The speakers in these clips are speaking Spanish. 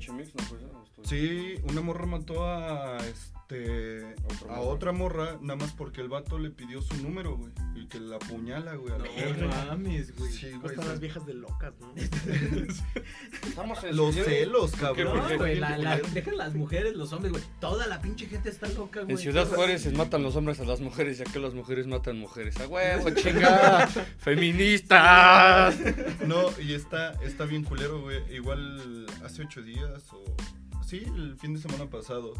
Chemix, ¿no fue pues, esa? ¿O estuvo? Sí, una morra mató a este Otra a morra. otra morra nada más porque el vato le pidió su número, güey, y que la apuñala, güey. a la verga. No mames, güey. Sí, güey, Están sí. las viejas de locas, ¿no? Este Estamos en Los serio. celos, ¿Por cabrón. qué? No, güey, la, la- ¿Por deja las mujeres, los hombres, güey. Toda la pinche gente está loca, güey. En Ciudad Toda- Juárez se matan los hombres a las mujeres, ya que las mujeres matan mujeres. ¡A huevo, chingada! ¡Feministas! No, y está, está bien culero, güey. Igual hace ocho días o... Sí, el fin de semana pasado.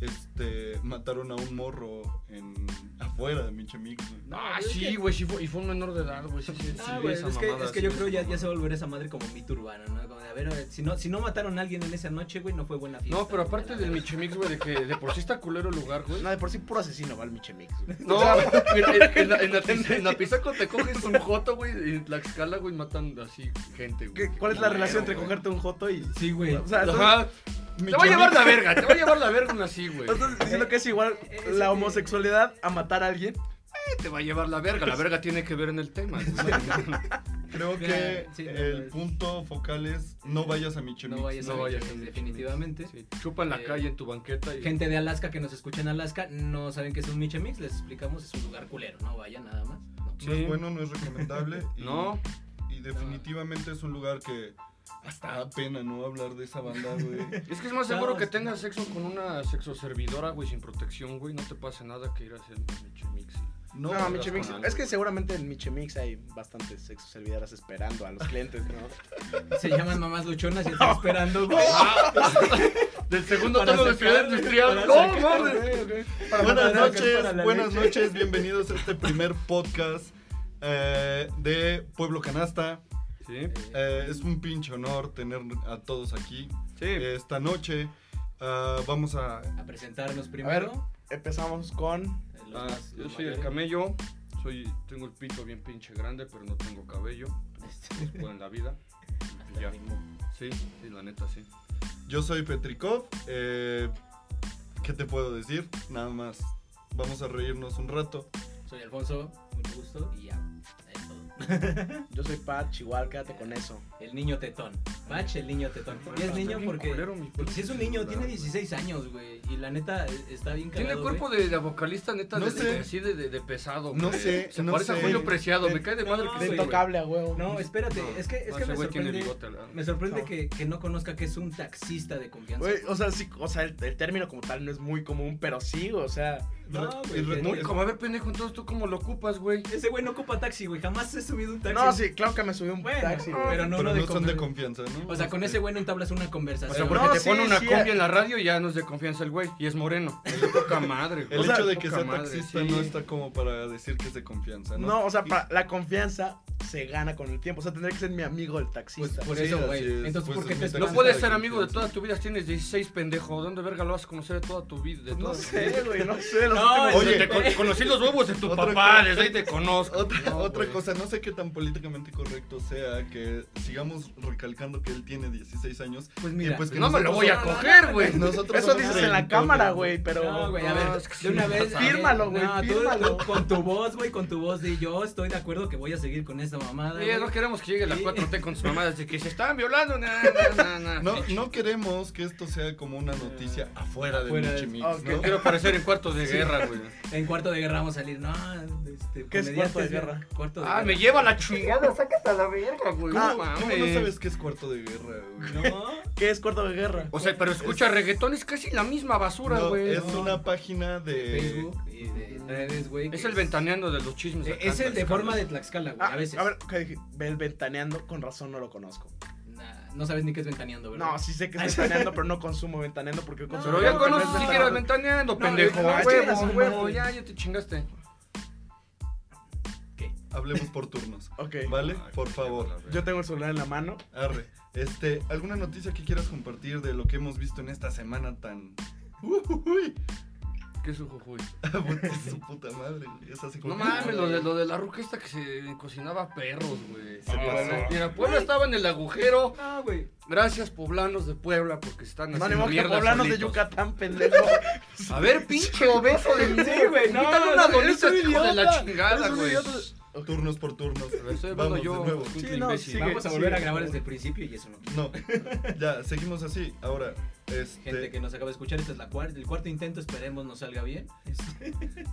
Este, mataron a un morro en afuera de Michemix, güey. No, Ah, es sí, que- güey, sí fue- y fue un menor de edad, güey. Sí, sí, sí, Ah, güey, esa es, que, mamada, es que sí, yo esa creo ya, ya mamada. se va a volver esa madre como mito urbano, ¿no? Como de, a ver, a ver, si no, si no mataron a alguien en esa noche, güey, no fue buena fiesta. No, pero güey, aparte la del verdad. Michimix, güey, de que de por sí está culero el lugar, güey. No, de por sí puro asesino va el Michemix. güey. No, en, en, en, la- en, la- en Apizaco te coges un joto, güey, y en Tlaxcala, güey, matan así gente, güey. ¿Qué- ¿Cuál es la Culero, relación entre güey. cogerte un joto y...? Sí, güey. O sea, estás, Ajá, te va a llevar la verga, te va a llevar la verga una así, güey. estás diciendo que es igual Eh, eh, ese- la homosexualidad a matar a alguien. Te va a llevar la verga, la verga tiene que ver en el tema, güey. Creo que Mira, sí, no, el es- punto focal es no vayas a Michemix. No vayas No a vayas Michemix, a Michemix. definitivamente. Sí, chupa en la Eh, calle, en tu banqueta y... Gente de Alaska que nos escucha en Alaska no saben qué es un Michemix, les explicamos, es un lugar culero, no vayan nada más. No. No Sí. es bueno, no es recomendable. y- No, Y definitivamente es un lugar que hasta da pena no hablar de esa banda, güey. es que es más seguro No, que es- tengas sexo con una sexoservidora, güey, sin protección, güey. No te pase nada que ir a hacer un chimix. No, no, Michemix. con algo. Es que seguramente en Michemix hay bastantes sexoservidoras esperando a los clientes, ¿no? Se llaman mamás luchonas y están esperando, güey. Del segundo Para tono de sacar- ciudad industrial. para No, Ah, sacar- mames. buenas mandar a sacar para noches, la buenas leche. noches, bienvenidos a este primer podcast eh, de Pueblo Canasta. Sí, Eh, es un pinche honor tener a todos aquí sí. esta noche. ah, vamos a... A presentarnos primero. Empezamos con... eh, los Ah, más- yo los soy el mayores. camello. Soy, tengo el pito bien pinche grande, pero no tengo cabello. Este, pues, Puedo en la vida. hasta Ya. el ritmo. Sí, sí, la neta, sí. Yo soy Petrikov. eh, ¿Qué te puedo decir? Nada más. Vamos a reírnos un rato. Soy Alfonso, mucho gusto y ya. Es todo. Yo soy Pat, Chihuahua, quédate con eso. El niño tetón. Bach, el niño tetón. Y es Está niño bien porque. culero, mi porque si es un niño, celular, tiene güey. 16 años, güey. Y la neta eh, está bien cagado. Tiene cuerpo de, de vocalista, neta, No de, sé. de- así de, de- de pesado. No güey. sé, Se no parece sé. a Julio Preciado. Me cae de madre no, que güey. Es sí, intocable a huevo. No, espérate. pues, No, es que, es no, que ese me güey tiene sorprende. bigote, la- Me sorprende No. que, que no conozca que es un taxista de confianza. Güey, o sea, sí, o sea, el, el término como tal no es muy común, pero sí, o sea, No, Re- güey, y re- que- Muy- Como a ver, pendejo, entonces tú cómo lo ocupas, güey. Ese güey no ocupa taxi, güey. Jamás he subido un taxi. no, sí, claro que me subió un Bueno, taxi, güey. pero no, pero lo no de son de comprar- confianza, ¿no? O sea, con Este, ese güey no entablas una conversación. O sea, pero- porque No, te sí, pone una sí, cumbia eh. en la radio y ya no es de confianza el güey. Y es moreno. Es de poca madre, güey. El O sea, hecho de que poca sea madre, taxista sí. no está como para decir que es de confianza, ¿no? No, o sea, para- la confianza se gana con el tiempo. O sea, tendría que ser mi amigo el Pues taxista. por Sí, eso, así güey. es, Entonces, pues, ¿por qué es te No un taxista esperas? puedes de ser amigo de confianza. toda tu vida, tienes 16 pendejo. ¿Dónde verga lo vas a conocer de toda tu vida? De No toda tu sé, vida? güey, no sé. los No, últimos- Oye, Oye, te con- conocí los huevos de tu Otra papá, cosa. desde ahí te conozco. Otra, No, otra güey. cosa, no sé qué tan políticamente correcto sea que sigamos recalcando que él tiene 16 años. Pues mira. y pues que No me lo nosotros- voy a coger, güey. Nosotros eso somos dices en la treintones, cámara, ¿no? güey, pero... No, güey, No, a ver, es que sí, de una vez. no, fírmalo, güey, tú- fírmalo. Con, tu voz, güey, con tu voz de yo estoy de acuerdo que voy a seguir con esta mamada. Oye, güey. no queremos que llegue la Sí. 4T con sus mamadas de que se estaban violando. na, na, na, na. No, no queremos que esto sea como una noticia afuera de Afuera de- Michimix, Ok. ¿no? Quiero aparecer en cuartos de guerra, güey. En cuarto de guerra vamos a salir. No, este. ¿Qué es comediantes, cuarto güey, de guerra? Cuarto de Ah, me guerra. lleva la chingada, sácate a la verga, güey. Ah, ¿Cómo, No cómo mames. no sabes qué es cuarto de guerra, güey? No, ¿Qué es cuarto de guerra? O sea, pero escucha, reggaetón es casi la misma basura, No, güey. es una página de... Facebook y eh, de redes, güey. que Es el ventaneando de los chismes. Eh, acá Es en el de Tlaxcala. forma de Tlaxcala, güey. Ah, A veces. ver, ¿qué dije? El ventaneando, con razón no lo conozco. Nah, no sabes ni qué es ventaneando, ¿verdad? No, sí sé que es ventaneando, pero no consumo ventaneando porque No, consumo... Pero ya algo No, que no es conoces siquiera el ventaneando. ventaneando, pendejo. No, no, A chingas huevo, a a su huevo, madre. ya, ya te chingaste. Hablemos por turnos, Ok, ¿vale? Por favor. yo tengo el celular en la mano. Arre, este, ¿alguna noticia que quieras compartir de lo que hemos visto en esta semana tan... Uy, ¿Qué es un jujuy? su puta madre, güey, es así como... No mames, lo de, lo de la ruca esta que se cocinaba perros, güey. Se pasó. Mira, Puebla estaba en el agujero. No, güey. Gracias, poblanos de Puebla, porque están No, haciendo ni modo que mierda poblanos de solitos. Yucatán, pendejo. A ver, pinche obeso de mierda. güey, no, Quítale una no, eres donita, un hijo de la idiota, chingada, eres un güey. idiota. turnos por turnos. Estoy hablando Vamos yo, de nuevo. escuincle Sí, no, imbécil. sigue. Vamos a volver a grabar desde el principio y eso no. No, ya, seguimos así. Ahora, este... Gente que nos acaba de escuchar, este es la cuarta, el cuarto intento, esperemos no salga bien.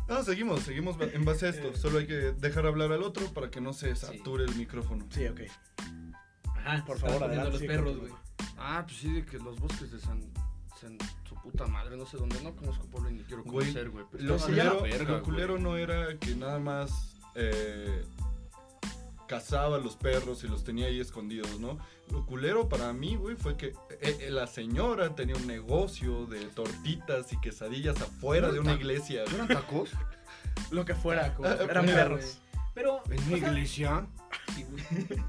No, seguimos, seguimos ba- en base a esto. Eh. Solo hay que dejar hablar al otro para que no se sature el micrófono. Sí, ok. Ajá, se estaban Por favor, poniendo adelante, los sí, perros, güey. continúa. Ah, pues sí, de que los bosques de San. San su puta madre, no sé dónde. No conozco pueblo y ni quiero Güey, conocer, güey. pero Lo está de Pues la culero, verga, lo güey. culero no era que nada más eh, cazaba a los perros y los tenía ahí escondidos, ¿no? Lo culero para mí, güey, fue que eh, eh, la señora tenía un negocio de tortitas y quesadillas afuera de una iglesia. ¿No eran tacos? Lo que fuera. Taco, güey. eran Pero, perros. Ah, güey, Pero, pues, ¿En una o sea, iglesia? sí, güey.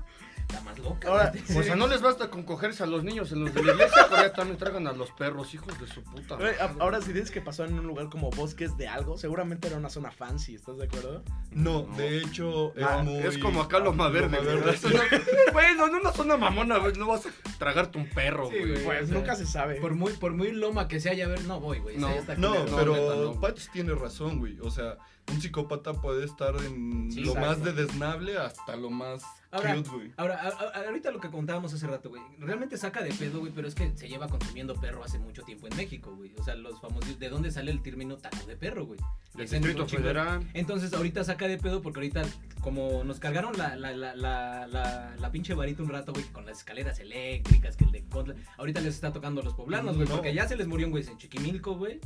Está más loca. Ahora, güey. O sea, no les basta con cogerse a los niños en los de la iglesia, pero ya también tragan a los perros, hijos de su puta Güey, madre. a- Ahora, si dices que pasó en un lugar como bosques de algo, seguramente era una zona fancy, ¿estás de acuerdo? No, de hecho, era Ah, muy- Es como acá Loma Verde, Loma güey. Verde, Es una- Güey, no, no, no es una mamona, güey. No vas a tragarte un perro, Sí, güey. güey. Pues o sea, nunca se sabe. Por muy, por muy loma que sea, ya ver, no voy, güey. No, esa está No, culera. No, pero neta, no. Patch tiene razón, güey. O sea, un psicópata puede estar en Sí, lo exacto. más de desnable hasta lo más Ahora, cute, güey. Ahora, a- a- ahorita lo que contábamos hace rato, güey, realmente saca de pedo, güey, pero es que se lleva consumiendo perro hace mucho tiempo en México, güey. O sea, los famosos, ¿de dónde sale el término taco de perro, güey? Del Es en Distrito un chingo de- Federal. Entonces, ahorita saca de pedo porque ahorita, como nos cargaron la, la, la, la, la, la pinche varita un rato, güey, que con las escaleras eléctricas, que el de contra, ahorita les está tocando a los poblanos, güey, No. porque ya se les murió un güey en Chiquimilco, güey.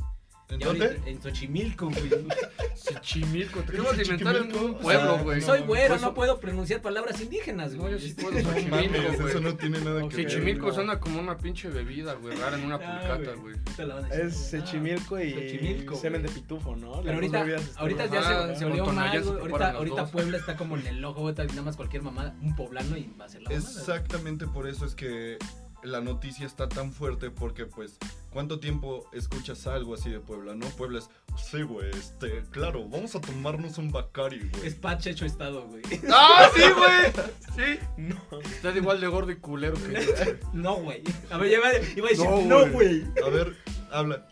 y Entonces, ahorita- En Xochimilco, güey. Xochimilco. Te acabas de inventar en un Xochimilco, pueblo, o sea, güey. Soy güero, Por eso- no puedo pronunciar palabras indígenas, No, güey. yo sí puedo no mames, Xochimilco, eso güey. no tiene nada que ver. Xochimilco no. suena como una pinche bebida, güey, rara en una Ah, pulcata, güey. Ahorita la van a decir, Es ah, Sechimilco y Xochimilco, semen de güey. pitufo, ¿no? Las Pero dos ahorita, bebidas están- ahorita ya Ajá, se, se Ah, con volvió mal, tonallas güey. se Ahorita, preparan los ahorita dos. Puebla está como en el ojo, güey. tal- Nada más cualquier mamada, un poblano y va a ser la mamada. Exactamente por eso es que la noticia está tan fuerte porque pues cuánto tiempo escuchas algo así de Puebla, ¿no? Puebla es, sí, güey, este, claro, vamos a tomarnos un Bacari, güey. Es patch hecho estado, güey. ¡Ah, sí, güey! Sí. Estás igual de gordo y culero que No, güey. A ver, ya iba, iba a decir, No, no, güey. güey. A ver, habla.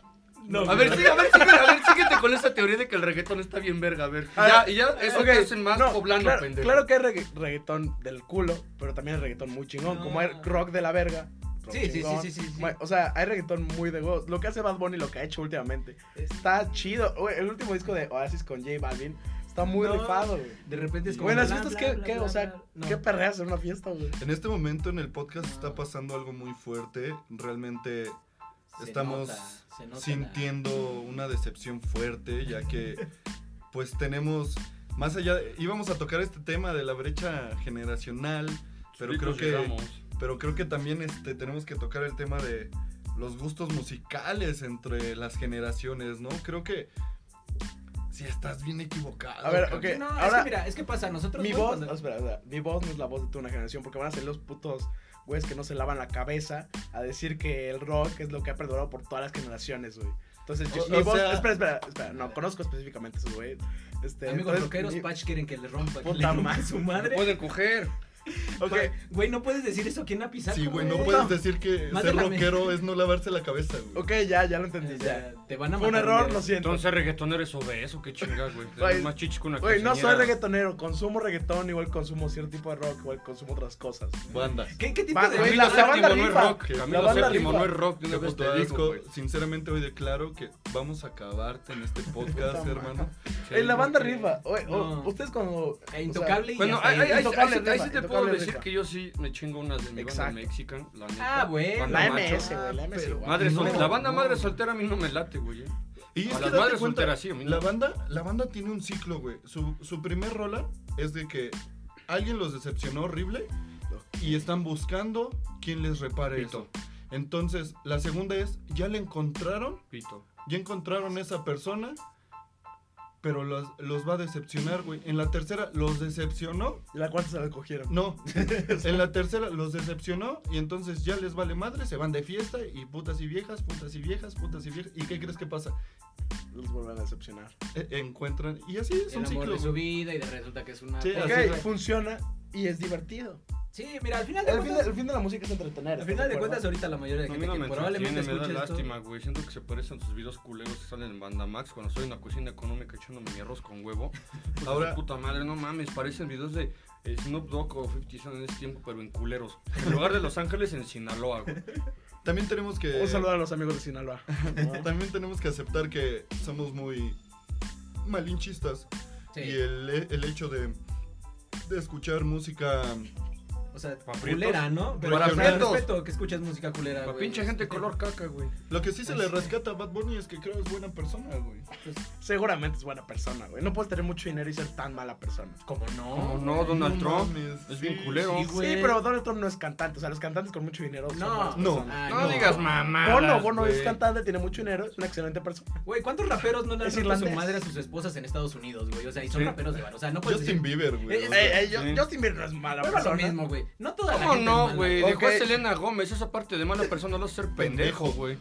No, A ver, sí, a ver, sí, a ver, síguete con esa teoría de que el reggaetón está bien verga, a ver. Y ya, y ya eso Ok, te hacen más no, poblano, claro, pendejo. Claro que hay regga- reggaetón del culo, pero también hay reggaetón muy chingón. No. Como hay rock de la verga. rock Ah. Sí, sí, sí, chingón. sí, sí, sí. Como hay- O sea, hay reggaetón muy de ghost. Lo que hace Bad Bunny, lo que ha hecho últimamente. Está chido. Güey, el último disco de Oasis con J Balvin está muy No. rifado, güey. De repente es como. Güey, en las bla, bla, fiestas, ¿qué, bla, qué? bla, o sea, bla. No. ¿qué perreas en una fiesta, güey? En este momento en el podcast está pasando algo muy fuerte, realmente Se estamos nota, se nota sintiendo una decepción fuerte, ya que pues tenemos, más allá, de- íbamos a tocar este tema de la brecha generacional, pero creo pues que, pero creo que también este, tenemos que tocar el tema de los gustos musicales entre las generaciones, ¿no? Creo que si estás bien equivocado. A ver, cabrón. ok. la- No, es ahora- que mira, es que pasa. Nosotros. Mi güey, voz, cuando- espera, espera, mi voz no es la voz de toda una generación porque van a ser los putos güeyes que no se lavan la cabeza a decir que el rock es lo que ha perdurado por todas las generaciones, güey. Entonces, yo- O- mi o voz, sea- espera, espera, espera, no, conozco específicamente a esos güeyes. Este, Amigos entonces, rockeros, mi- Patch quieren que le rompa que Puta le rompa madre. su No madre. pueden coger. ok, Pa- Güey, no puedes decir eso aquí en Apizaco. Sí, güey, no güey. puedes No. decir que ser Mátename. rockero es no lavarse la cabeza, güey. ok, ya, ya lo entendí, O ya. sea, te van a Fue un matar, error, güey. lo siento. Entonces, reggaetón eres obeso, qué chingas, güey. Güey, Tienes más chichis que una Güey, no soy quinceañera. reggaetonero, consumo reggaetón, igual consumo cierto tipo de rock, igual consumo otras cosas. Bandas. ¿Qué, qué tipo Va, de güey, Camilo la- la Séptimo banda no es rifa. rock. La Camilo banda Séptimo rifa. no es rock. De una Qué vez puto te digo, asco. güey. Sinceramente hoy declaro que vamos a acabarte en este podcast, Puta hermano. Sí, en la güey. banda rifa, oye, No. o- ustedes cuando... E intocable y Bueno, hasta ahí, ahí- ahí- Intocable ahí sí- ahí rifa, sí te puedo intocable decir rifa. que yo sí me chingo unas de mi banda Exacto. mexican, la neta. Ah, bueno. Banda La macho. MS, güey, la MS Pero- igual. Madre sol- No, la banda no. madre soltera a mí no me late, güey. eh. Y A es que las date madres cuenta, solteras sí, a mí no. la banda, la banda tiene un ciclo, güey. Su, su primer rola es de que alguien los decepcionó horrible y están buscando quién les repare Pito. eso. Entonces, la segunda es, ya le encontraron, Pito. ya encontraron esa persona, pero los, los va a decepcionar, güey. En la tercera, los decepcionó, Y la cuarta se la cogieron. No, en la tercera los decepcionó y entonces ya les vale madre, se van de fiesta y putas y viejas, putas y viejas, putas y viejas. ¿Y qué crees que pasa? Los vuelven a decepcionar. E- encuentran y así es El un amor ciclo. de su vida y de resulta que es una. Sí, cosa. así Ok, funciona y es divertido. Sí, mira, al final de El fin, de, cuentas, el fin de la música es entretener. al final de cuentas ahorita la mayoría de No, a mí gente no que me probablemente entretiene, me da escuche esto... lástima, güey. Siento que se parecen sus videos culeros que salen en Banda Max cuando estoy en la cocina económica echándome mi arroz con huevo. Ahora, Ahora- puta madre, no mames, parecen videos de eh, Snoop Dogg o 50 Cent en ese tiempo, pero en culeros. En lugar de Los Ángeles, en Sinaloa, güey. También tenemos que. Un saludo a los amigos de Sinaloa. También tenemos que aceptar que somos muy malinchistas. Sí, Y el, el hecho de, de escuchar música. o sea, Para prietos. culera, ¿no? Pero Para o sea, prietos. respeto que escuchas música culera, Para güey. pinche gente color caca, güey. Lo que sí se le Pues rescata a Bad Bunny es que creo es buena persona, güey. Seguramente es buena persona, güey. No puedes tener mucho dinero y ser tan mala persona. Como no? Como no, Donald No Trump. mames, Es bien sí. culero. Sí, güey. Sí, pero Donald Trump no es cantante. O sea, los cantantes con mucho dinero son No, malas No. personas. Ah, No, digas mamadas, Bono, Bono güey. es cantante, tiene mucho dinero, es una excelente persona. Güey, ¿cuántos raperos no le han roto Es su irlandés. madre a sus esposas en Estados Unidos, güey? O sea, y son Sí. raperos de bar. O sea, no Pues puedes Justin decir... Bieber, güey. Eh, o Yo sea, sí. Justin Bieber no es mala Pero es lo persona. mismo, güey. No toda la ¿Cómo gente es no, mala. güey? Dejó Ok. a Selena Gómez, esa parte de mala persona lo hace ser pendejo, güey.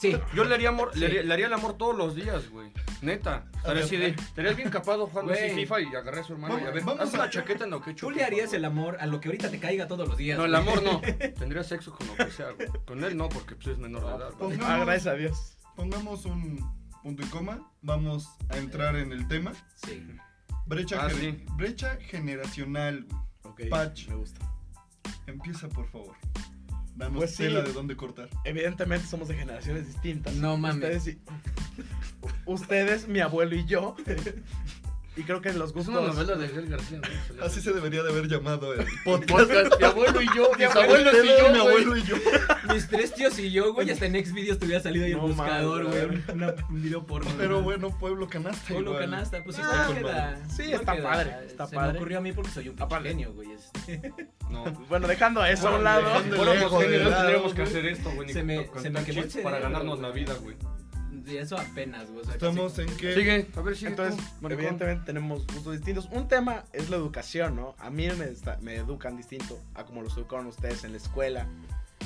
Sí. Yo le haría, amor, Sí. le, haría, le haría el amor todos los días, güey. Neta. Estaría así de. Estarías bien capado jugando así Güey. FIFA y agarré a su hermano Vamos- y a ver. vamos Haz a- una chaqueta en lo que he hecho, Tú le por harías favor. el amor a lo que ahorita te caiga todos los días. No, el güey. amor no. Tendría sexo con lo que sea, güey. Con él no, porque pues es menor de edad. güey. Ah, gracias a Dios. Pongamos un punto y coma. Vamos a entrar en el tema. Sí. Brecha, Ah, gener- brecha generacional, güey. Ok, Patch. Me gusta. Empieza, por favor. Danos Pues sí. tela de dónde cortar. Evidentemente somos de generaciones distintas. No mames. Ustedes, y- Ustedes, mi abuelo y yo. Y creo que los Es gustos. una novela de Gael García, ¿no? Se le- Así se debería de haber llamado el Podcast, mi abuelo y yo, mis abuelos Tela y de yo, güey. mi abuelo y yo. Mis tres tíos y yo, güey, hasta en Next Videos te hubiera salido ahí el No buscador, mames, güey. una- Un video porno. Pero güey. bueno, Pueblo Canasta. Pueblo igual. canasta, pues Ah, igual con queda. madre. Sí, igual está queda. padre, está Se me padre. ocurrió a mí porque soy un pinche Aparte- genio, güey. este. No. Bueno, dejando eso a un Bueno, lado. Si de fuéramos lejos, de genios, no lado, tendríamos que güey. hacer esto, güey. ni Se me- con- con se me tan quemó el chistes Para cerebro, ganarnos güey. la vida, güey. Y eso apenas, güey. o sea, Estamos casi- en que. Sigue, a ver, sigue. Entonces, tú, maricón. evidentemente tenemos gustos distintos. Un tema es la educación, ¿no? A mí me, esta- me educan distinto a como los educaron ustedes en la escuela,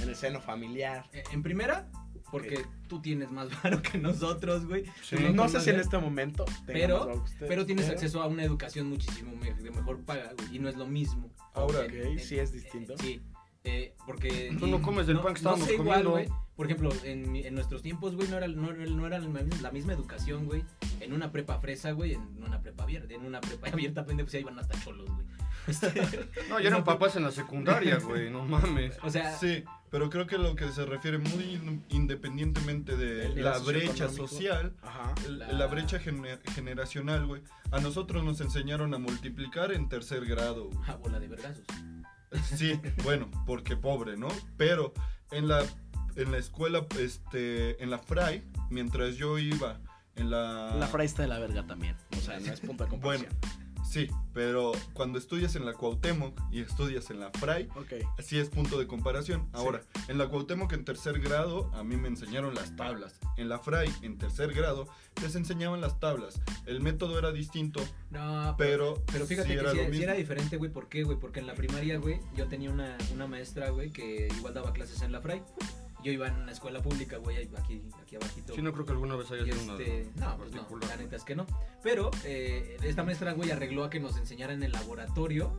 en el seno familiar. Eh, En primera, porque tú tienes más varo que nosotros, güey. Sí. Tú No sé si en conoces, este momento, tenga Pero- más valor que ustedes, Pero tienes pero- eh. acceso a una educación muchísimo me- de mejor paga, güey. Y no es lo mismo. Ahora, En- ok, en- sí es eh, distinto. Sí. eh, porque. Tú no comes del pan que estábamos comiendo. güey. Por ejemplo, en, mi- en nuestros tiempos, güey, no era, no, no- no era la misma- la misma educación, güey. En una prepa fresa, güey, en una prepa abierta. En una prepa abierta, pendejo, pues ahí van hasta cholos, güey. Este, No, ya eran papás en la secundaria, güey. No mames. o sea, Sí, pero creo que lo que se refiere muy in- independientemente de Del la nivel brecha socioeconómico. social, Ajá. el- La- la, brecha gener- generacional, güey. A nosotros nos enseñaron a multiplicar en tercer grado. güey. a bola de vergazos. Sí, bueno, porque pobre, ¿no? Pero en la en la escuela este en la fray, mientras yo iba en la La frase de la verga también. O sea, no es punto de Bueno, comparación. sí, pero cuando estudias en la Cuauhtémoc y estudias en la fray, Ok. Así es punto de comparación. Ahora, en la Cuauhtémoc en tercer grado a mí me enseñaron las tablas. En la Fray en tercer grado les enseñaban las tablas. El método era distinto, No, pero, Pero fíjate sí que era sí, lo sí mismo. era diferente, güey. ¿Por qué, güey? Porque en la primaria, güey, yo tenía una, una maestra, güey, que igual daba clases en la fray. Yo iba en una escuela pública, güey, ahí- aquí, aquí abajito. Sí, no creo que alguna vez haya y sido una este, no, pues no, particular. la neta es que no. Pero eh, esta maestra, güey, arregló a que nos enseñaran el laboratorio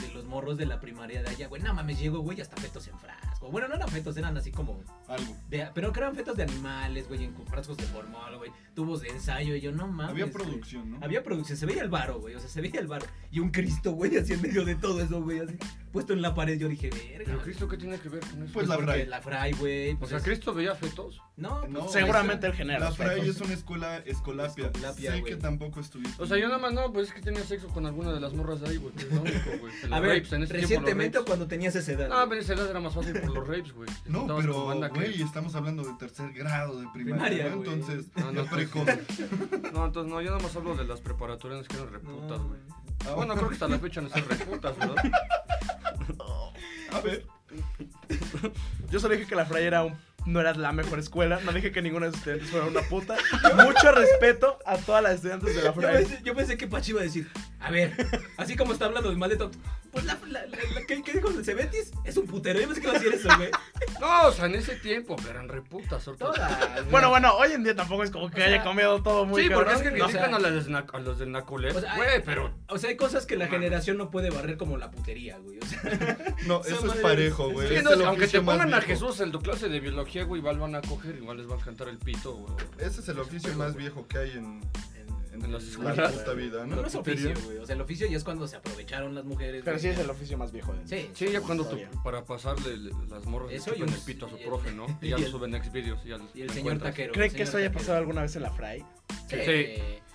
de los morros de la primaria de allá, güey. No mames, llego, güey, hasta fetos en frasco. Bueno, no eran fetos, eran así como algo. de- pero que eran fetos de animales, güey, en frascos de formol, güey, tubos de ensayo. Y yo, no mames. Había güey. producción, ¿no? Ah, este, Había producción, se veía el varo, güey. O sea, se veía el varo. Y un Cristo, güey, así en medio de todo eso, güey, así. Puesto en la pared, yo dije, verga. Pero güey, Cristo, ¿qué tiene que ver con eso? Pues la porque Fray. La fray, güey. O pues sea, es- ¿Cristo veía fetos? No, pues, Oh, No, Seguramente el género. La Fray es una escuela escolapia. Escolapia, sé güey. que tampoco estuviste. O sea, yo nada más no, pues es que tenía sexo con alguna de las morras de ahí, güey. Es lo único, güey. A Los ver, rapes, pues, en ese tiempo los recientemente o rapes. cuando tenías esa edad. Ah, güey. pero esa edad era más fácil por los rapes, güey. Te No, juntabas pero, con banda que- güey, estamos hablando de tercer grado de primaria, Primaria, ¿no? güey. Entonces, No, no, ya precoz. No, entonces no, yo nada más hablo de las preparatorias que eran reputas, No, güey. Ah, Bueno, creo que hasta la fecha no son reputas, ¿verdad? A ver, Yo solo dije que la Fray era un- no era la mejor escuela, no dije que ninguno de sus estudiantes fuera una puta. Mucho respeto a todas las estudiantes de la Yo Fray. pensé, yo pensé que Pachi iba a decir, A ver, así como está hablando de mal de todo. Pues la, la, la- la- ¿qué, qué dijo el Cebetis? Es un putero. Yo pensé que iba a decir eso, güey. No, o sea, en ese tiempo, pero eran reputas, ahorita. Todas. Bueno, bueno, hoy en día tampoco es como que O sea, haya comido todo muy Sí, porque cabrón, es que güey. o sea, critican a, las del na- a los del Naculé. O sea, hay- Güey, pero. O sea, hay cosas que la generación no puede barrer como la putería, güey. O sea, No, Esa eso es madre parejo, güey. Sí, es no, el aunque te oficio más pongan a viejo. Jesús en tu clase de biología, güey, igual van a coger, igual les van a cantar el pito, güey. Ese es el oficio más viejo que hay en, en, En las la escuelas. puta vida, no, ¿no? es oficio, güey. O sea, el oficio ya es cuando se aprovecharon las mujeres. Pero güey. sí es el oficio más viejo. de- Sí, Sí, ya cuando Todavía. tu- para pasarle le- las morras le Eso y chupan un- el pito a su y el- profe, ¿no? y Y ya lo el- suben en Xvideos y ya Y el señor taquero. ¿Creen el que señor eso haya taquero. pasado alguna vez en la fray? Sí.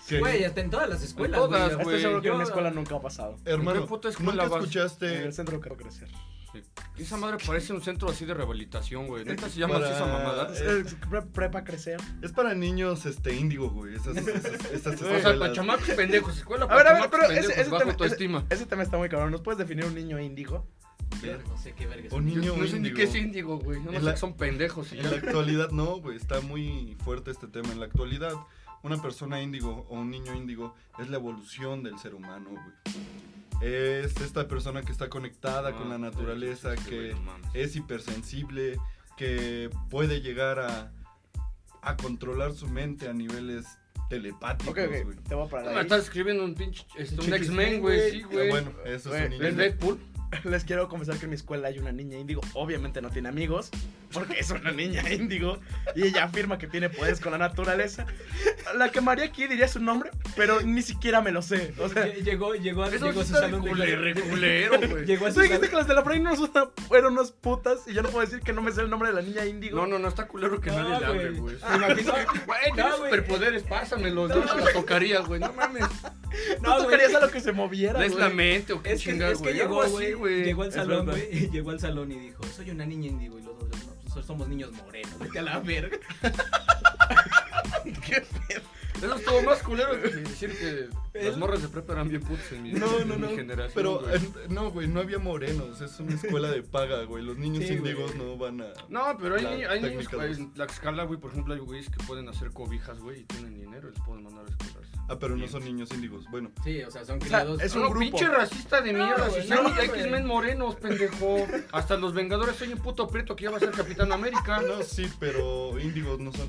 Sí. Güey, hasta en todas las escuelas. En todas, güey. güey. Estoy seguro que en yo- una escuela nunca ha pasado. Hermano, qué puta escuela nunca vas? En escuchaste el centro quiero crecer. Esa madre parece un centro así de rehabilitación, güey. ¿Neta se llama así esa Para- mamada? Es- es Eh, pre- prepa crecer. Es para niños este índigo, güey. Esas, esas, esas O sea, para escuelas. chamacos pendejos, escuela A ver, para a ver, chamacos pero ese, ese pendejos tema, bajo tu ese- estima. ese tema está muy cabrón. ¿Nos puedes definir un niño índigo? Verga. No sé qué verga. es. Un niño No sé ni índigo. qué es índigo, güey. No En sé la- que son pendejos. y En ya. la actualidad no, güey. Está muy fuerte este tema. En la actualidad, una persona índigo o un niño índigo es la evolución del ser humano, güey. Es esta persona que está conectada Ah, con la sí, naturaleza, sí, sí, güey, que no mames. es hipersensible, que puede llegar a, a controlar su mente a niveles telepáticos, Ok, güey. ok, te voy a parar No, me ahí. estás escribiendo un pinche. este, un Chiquis- X-Men, güey. Sí, Pero güey. Ah, bueno, eso Güey, es ¿Es un índigo. Deadpool? Les quiero confesar que en mi escuela hay una niña índigo. Obviamente no tiene amigos, porque es una niña índigo. Y ella afirma que tiene poderes con la naturaleza. La que María aquí diría su nombre, pero ni siquiera me lo sé. O sea, Lle- Llegó, llegó, Eso sí llegó a su está de salón de culero, culero, güey. Llegó a tú su dijiste salón. que las de la Frey no son una- fueron unas putas y yo no puedo decir que no me sé el nombre de la niña índigo. No, no, no, está culero que No, nadie le hable, güey. güey. Me imagino, güey, No, tienes güey. superpoderes, pásamelos. Yo se la tocaría, güey. No mames. Tú No, güey. tocarías a lo que se moviera. Es güey. la mente o qué Es que, chingada, es que güey. llegó, Algo así, güey, güey. llegó al Es salón, verdad. güey, llegó al salón y dijo, soy una niña índigo, y los otros, no, pues, somos niños morenos, vete a la verga. Eso estuvo más culero que decir que las morras de prepa eran bien putas en mi, No, no, en mi no. generación. Pero güey. eh, no, güey, no había morenos. Es una escuela de paga, güey. Los niños Sí, índigos güey. no van a. No, pero hay, La ni- hay niños, técnica güey, dos. en Tlaxcala, güey, por ejemplo, hay güeyes que pueden hacer cobijas, güey, y tienen dinero y les pueden mandar a escuelas. Ah, pero no son niños índigos. Bueno, Sí, o sea, son O sea, criados. es Es un un grupo. pinche racista de No, mierda. güey, si no, son güey. X-Men morenos, pendejo. Hasta los Vengadores soy un puto preto que ya va a ser Capitán América. ah, no, sí, pero índigos no son.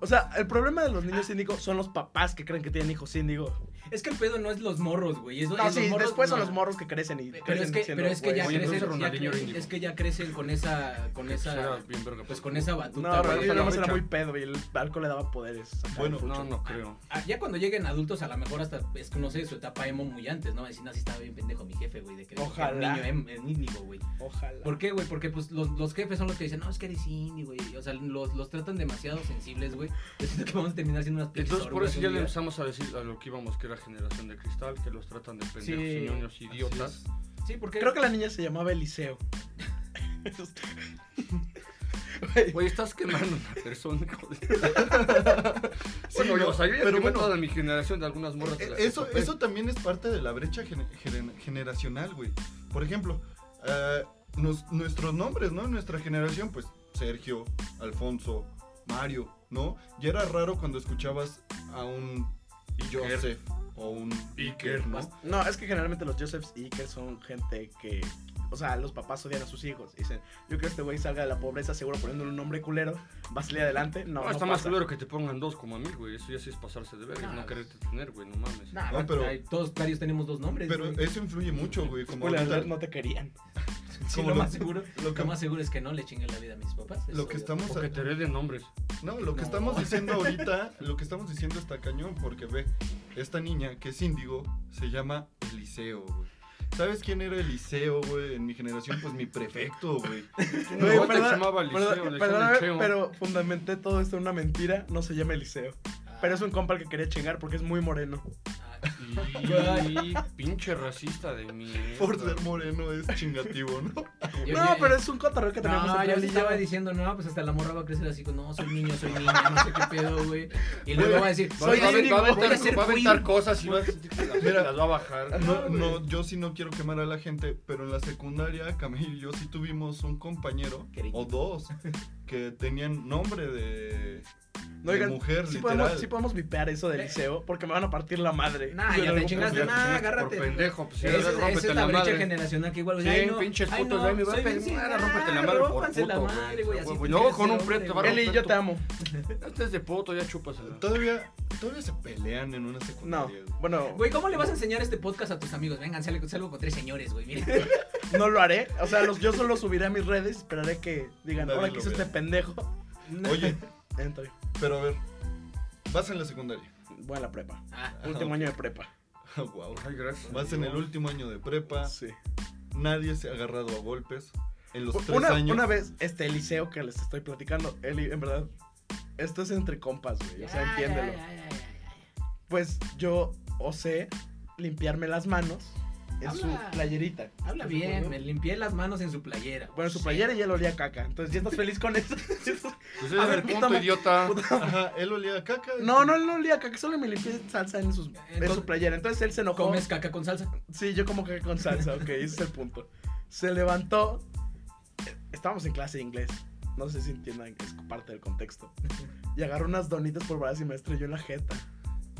O sea, el problema de los niños índigos son los papás que creen que tienen hijos índigos. Es que el pedo no es los morros, güey. Es, No, es sí, los morros, después son no. los morros que crecen y Pero crecen es que, siendo pero es que ya güeyes. Oye, entonces crecen, ya Ronaldinho era crecen- índigo. es que ya crecen con esa, con Pues era esa, bien verga. pues con esa batuta, No, güey. Ronaldinho nada más la era fecha. muy pedo y el alcohol le daba poderes. Acá, Bueno, mucho. No, no creo. Ah, Ya cuando lleguen adultos, a lo mejor hasta, es que no sé, su etapa emo muy antes, ¿no? Decir, no, sí estaba bien pendejo mi jefe, güey, de que dijo que era un Ojalá. niño em- em- índigo, güey. Ojalá. ¿Por qué, güey? Porque pues los, los jefes son los que dicen, no, es que eres indie, güey. O sea, los, los tratan demasiado sensibles, güey. Yo siento que vamos a terminar siendo unas pinches Entonces, por orugas eso un ya le día. empezamos a decir a lo que íbamos, que era generación de cristal, que los tratan de pendejos Sí. y ñoños idiotas. Sí, porque... Creo que la niña se llamaba Eliseo. Güey, estás quemando a una persona, joder. bueno, no, yo, o sea, yo ya pero quemé bueno. toda mi generación de algunas morras. de Eh, las que Eso, topé. eso también es parte de la brecha gene- geren- generacional, güey. Por ejemplo, ah, nos- nuestros nombres, ¿no? Nuestra generación, pues Sergio, Alfonso, Mario, ¿no? Ya era raro cuando escuchabas a un Iker. Joseph o un Iker, ¿no? No, es que generalmente los Josephs y Iker son gente que. O sea, los papás odian a sus hijos. Dicen, yo creo que este güey salga de la pobreza, seguro poniéndole un nombre culero. Va a salir adelante. No, No, no, está pasa. más culero que te pongan dos como a mí, güey. Eso ya sí es pasarse de verga, No, no, güey. quererte tener, güey, no mames. Nah, No, pero- Ah, ay, todos varios tenemos dos nombres, Pero güey. eso influye mucho, güey. Como Spoiler ahorita- alert, no te querían. Sí, como lo lo- más seguro, lo lo, que- más seguro es que no le chinguen la vida a mis papás. lo que Eso- estamos O que te hereden nombres. No, lo que No. estamos diciendo ahorita, lo que estamos diciendo está cañón, porque ve, esta niña que es índigo se llama Eliseo, güey. ¿Sabes quién era Eliseo, güey? En mi generación, pues mi prefecto, güey. No, Güey, antes perdón- se llamaba Liceo, perdón- le decían perdóname, Licheo. pero fundamenté todo esto en una mentira. No se llama Eliseo. Ah, Pero es un compa al que quería chingar porque es muy moreno. ah, Y pinche racista de mierda. Por ser moreno es chingativo, ¿no? yo- no, yo- pero es un cotorreo que pues, tenemos No, entre yo él le y estaba yo. diciendo, no, pues hasta la morra va a crecer así, con, no, soy niño, soy niña, no sé qué pedo, güey. Y luego va a decir, Va a- soy va a aventar- índigo, va a voy a aventar- ser va a aventar queer. cosas y va a sentir que las Mira. las va a bajar. No, no, yo sí no quiero quemar a la gente, pero en la secundaria, Camilo y yo sí tuvimos un compañero, Querido. o dos, que tenían nombre de, de No, oigan, mujer, sí literal. podemos, sí podemos vipear eso del liceo porque me van a partir la madre. Sí. Eh. Nah, ya Pero te no pues, chingaste, por- nah, Por agárrate. pendejo, pues sí, Esa es- esa rómpete es la la brecha madre. generacional que igual, güey. Sí, ay, no, pinches ay, putos, no, ahí me va a soy bien pegar, sin- rómpete la madre por rómpanse la puto, madre, güey. güey, Ah, así güey, tienes no, que con ser un hombre, prieto te va güey. a Eli, yo te amo. Este es de puto, ya chúpasela. Todavía, todavía se pelean en una No, secundaria. bueno, Güey, ¿cómo le vas a enseñar este podcast a tus amigos? Vengan, salgo, salgo con tres señores, güey. Mira. no lo haré. O sea, los, yo solo subiré a mis redes, esperaré que digan, Nadie ahora lo que hizo vea. este pendejo. Oye, Entra bien. pero a ver, vas en la secundaria. Voy a la prepa. Ah, Último ok. año de prepa. wow. Ay, gracias. Vas en el último año de prepa. Sí. Nadie se ha agarrado a golpes. En los tres Una, años. una vez, este Eliseo que les estoy platicando, Eli, en verdad, esto es entre compas, güey. O sea, ya, entiéndelo. ya, ya, ya, ya. Pues yo osé limpiarme las manos en Habla. su playerita. Habla ¿Estás de bien, acuerdo? me limpié las manos en su playera. Bueno, su playera ya lo olía a caca. Entonces, ¿ya estás feliz con eso? Pues A es ver, el punto, puta- idiota. Ajá, él olía a caca. no, no, no olía a caca. Solo me limpié salsa en, sus, en Entonces- su playera. Entonces él se enojó. ¿Comes caca con salsa? Sí, yo como que con salsa, ok, ese es el punto. Se levantó. eh, Estábamos en clase de inglés. No sé si entiendan, es parte del contexto. Y agarró unas donitas por brazos y me estrelló en la jeta.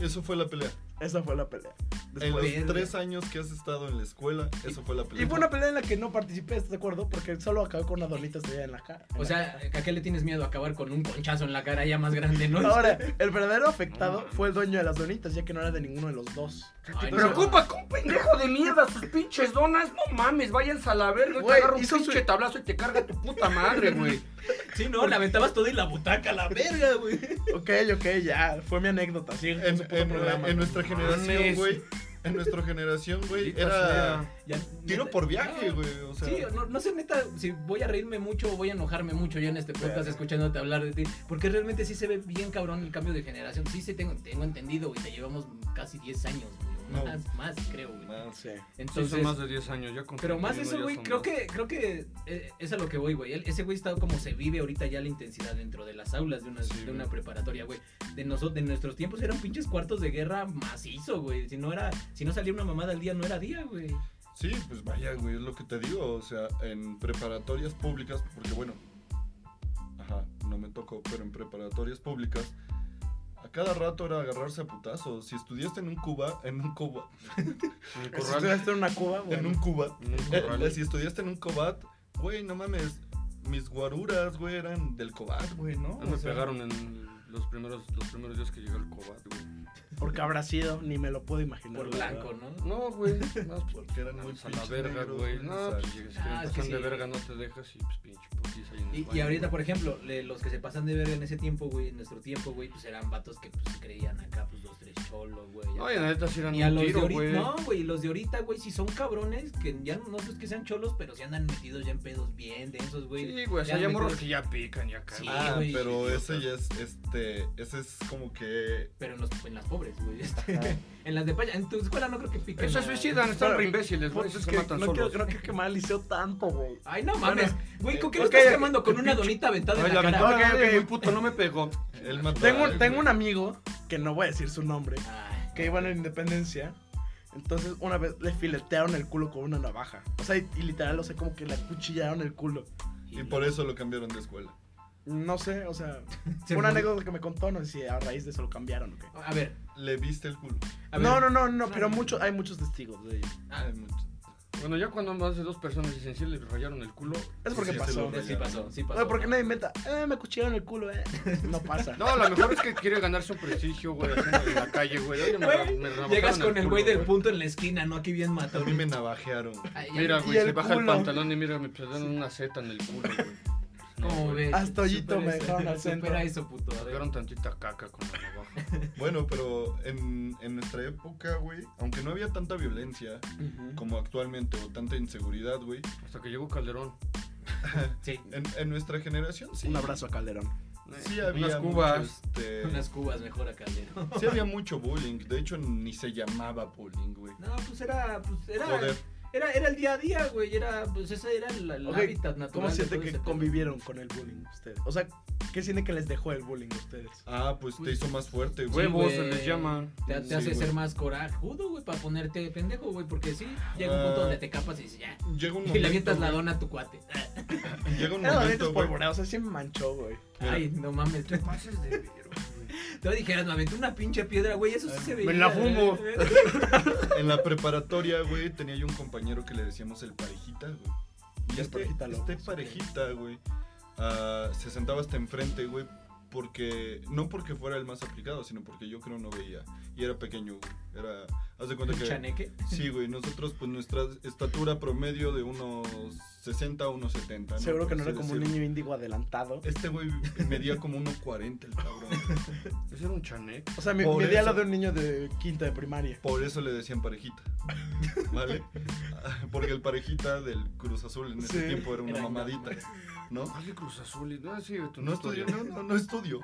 Eso fue la pelea. Esa fue la pelea. en los Después- Verga. tres años que has estado en la escuela, eso fue la pelea. y fue una pelea en la que no participé, ¿estás de acuerdo? Porque solo acabé con una donita estrellada en la cara. en O la sea, jeta. ¿a qué le tienes miedo a acabar con un conchazo en la cara ya más grande, no? Ahora, el verdadero afectado Ah. fue el dueño de las donitas, ya que no era de ninguno de los dos. Ay, no. Preocupa con un pendejo de mierda sus pinches donas. No mames, váyanse a la verga. Güey, Te agarra un hizo su- pinche tablazo y te carga tu puta madre, güey. Sí, no, la aventabas todo y la butaca, la verga, güey. Ok, ok, ya, fue mi anécdota, sí, en, En, su puto en- programa. en nuestra generación, Mames. güey. En nuestra generación, güey, Maldita era sea. Ya- tiro neta, por viaje, no. güey. O sea, Sí, no, no sé neta si voy a reírme mucho o voy a enojarme mucho ya en este podcast Claro. escuchándote hablar de ti, porque realmente sí se ve bien cabrón el cambio de generación. Sí, sí tengo, tengo entendido, güey, te llevamos casi 10 años, güey, o No. más, más creo, güey. más. Sí. Sí, Entonces, son más de 10 años, ya con pero más 31 de eso, ya güey, son creo más. que, creo que eh, es a lo que voy, güey. El- Ese güey está como se vive ahorita ya la intensidad dentro de las aulas de una, Sí, de güey. una preparatoria, güey. De, noso- de nuestros tiempos eran pinches cuartos de guerra macizo, güey. Si no era, si no salía una mamada al día, no era día, güey. Sí, pues vaya, güey, es lo que te digo. O sea, en preparatorias públicas, porque bueno, ajá, no me tocó, pero en preparatorias públicas, a cada rato era agarrarse a putazos. Si estudiaste en un Cuba, en un Cuba, En el Si corral, estuviste en una cuba, en bueno. un Cuba, en el eh, corral. si estudiaste en un Cobat, güey, no mames, mis guaruras, güey, eran del Cobat, güey, ¿no? Ah, Me O sea, pegaron en los primeros, los primeros días que llegué al cobat, güey. Porque habrá sido, ni me lo puedo imaginar. Por la verdad. blanco, ¿no? No, güey, más Porque eran muy pues, a la pinches verga, negros, güey. No, exacto. pues llegas, Ah, es que pasan de sí. verga, no te dejas y pues pinche putiza ahí en el Y, y baño, ahorita, por güey. ejemplo, le- los que se pasan de verga en ese tiempo, güey, en nuestro tiempo, güey, pues eran vatos que pues creían acá, pues dos, tres cholos, güey. No, y la neta sí eran Y a un los de tiro, ahorita, güey. no, güey, los de ahorita, güey, si son cabrones, que ya no es que sean cholos, pero si andan metidos ya en pedos bien densos, güey. Sí, güey, o sea, Ya ya me morros quedo- que ya pican, ya cagan. Sí, Ah, güey. pero Sí, ese o sea. ya es, este, ese es como que... Pero en, los- en las pobres, güey. este, en las de paya. En tu escuela no creo que piquen. eh. Pero se a- suicidan, están Pero, re imbéciles, Pues, güey, es se que matan no quiero, solos. creo que quemar al liceo tanto, güey. Ay, no mames. Güey, ¿con qué lo ok, estás ok, quemando? Con una donita aventada Ay, en la la ventana, cara. ventana. Ok, ok. muy puto, no me pegó. Él mató Tengo, a él, tengo güey. un amigo, que no voy a decir su nombre, Ay, que iba en la independencia. Entonces, una vez le filetearon el culo con una navaja. O sea, y, y literal, o sea, como que le acuchillaron el culo. Y por eso lo cambiaron de escuela. No sé, o sea, Se murió. una anécdota que me contó, no sé si a raíz de eso lo cambiaron o qué. A ver. Le viste el culo. A ver. No, no, no, no, No, pero no. mucho, hay muchos testigos de ello. Ah, Ay, mucho. Bueno, ya cuando más de dos personas dicen sí, les rayaron el culo. Es porque Sí, se pasó. lo re- sí pasó, sí pasó. Oye, porque nadie inventa, eh, me acuchillaron el culo, eh. No pasa. No, a lo mejor es que quiere ganarse un prestigio, güey, así en la calle, güey. Oye, me ra- Güey, me rabajaron Llegas con el güey culo, del punto en la esquina, ¿no? Aquí bien A matón. mí me navajearon. Ay, ya- Mira, Y güey, se el baja el culo. pantalón y mira, me dan una seta en el culo, güey. No, ¿Cómo güey, ves? Hasta hoyito Supera me eso, dejaron al centro. Supera eso, puto. A ver. Sacaron tantita caca con la navaja. Bueno, pero en, en nuestra época, güey, aunque no había tanta violencia como actualmente o tanta inseguridad, güey, Hasta que llegó Calderón. Sí, en, en nuestra generación sí. Un abrazo a Calderón. Sí Eh, había unas mucho, cubas. este, unas cubas mejor acá, ¿no? sí había mucho bullying. De hecho, ni se llamaba bullying, güey. No, pues era, pues era, Joder. era, era el día a día, güey. Era, pues ese era el, el Ok, hábitat natural. ¿Cómo de sienten todo que ese pedo. convivieron con el bullying ustedes? O sea, ¿qué sienten que les dejó el bullying a ustedes? Ah, pues te hizo más fuerte, güey. Huevos se güey. les llama. Te, te Sí, hace güey. ser más corajudo, güey, para ponerte pendejo, güey. Porque sí, llega un punto Ah. donde te capas y dices, ya. Llega un momento. Y le avientas la güey, dona a tu cuate. Llega un Era la neta momento, güey. espolvoreada, o sea, sí me manchó, güey. Mira, Ay, no mames. Pases de O Tú dijeras, me aventé una pinche piedra, güey, eso sí se veía. Me la fumo. En la preparatoria, güey, tenía yo un compañero que le decíamos el parejita, güey. Y El este, parejita Pues, loco. este parejita, güey, ah, se sentaba hasta enfrente, güey, porque, no porque fuera el más aplicado, sino porque yo creo no veía. Y era pequeño, güey. Era, haz de cuenta ¿Un que... chaneque? Sí, güey, nosotros, pues nuestra estatura promedio de unos 60, unos 70. ¿no? Seguro que Por no era así como un decirlo. niño índigo adelantado. Este güey medía como 1.40 el cabrón. Ese era un chanet. O sea, me, Por medía eso. lo de un niño de quinta de primaria. Por eso le decían parejita. ¿Vale? Ah, Porque el parejita del Cruz Azul en ese Sí. tiempo era una Era mamadita, ¿no? ¿Cuál de Cruz Azul? y- No, sí, tú No estudio, no, no, no estudio.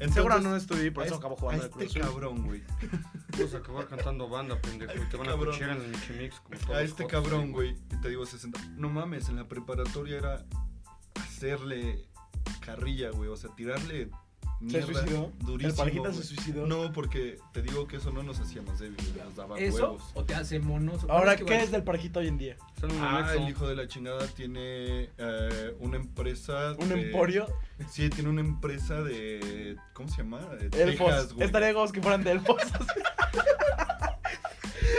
Entonces, Seguro no estudié y por a eso este- acabó a jugando al este Cruz Azul. cabrón, güey. Vamos a acabar cantando banda, pendejo. Y te van a Cabrón. cuchillar en el Michimix. como todos A los este jotos, cabrón, güey, te digo 60. No mames, en la preparatoria era hacerle carrilla, güey, o sea, tirarle ¿Se mierda suicidó? durísimo. ¿El parejita se güey. suicidó? No, porque te digo que eso no nos hacía más débiles, nos daba ¿Eso? huevos. ¿O te hace monos? Bueno, Ahora, que, ¿qué güey, es del parejita hoy en día? Sale un Ah, anexo. el hijo de la chingada tiene eh, una empresa. ¿Un de- emporio? Sí, tiene una empresa de. ¿Cómo se llama? De Texas, Elfos. güey. Estaría como que fueran de elfos.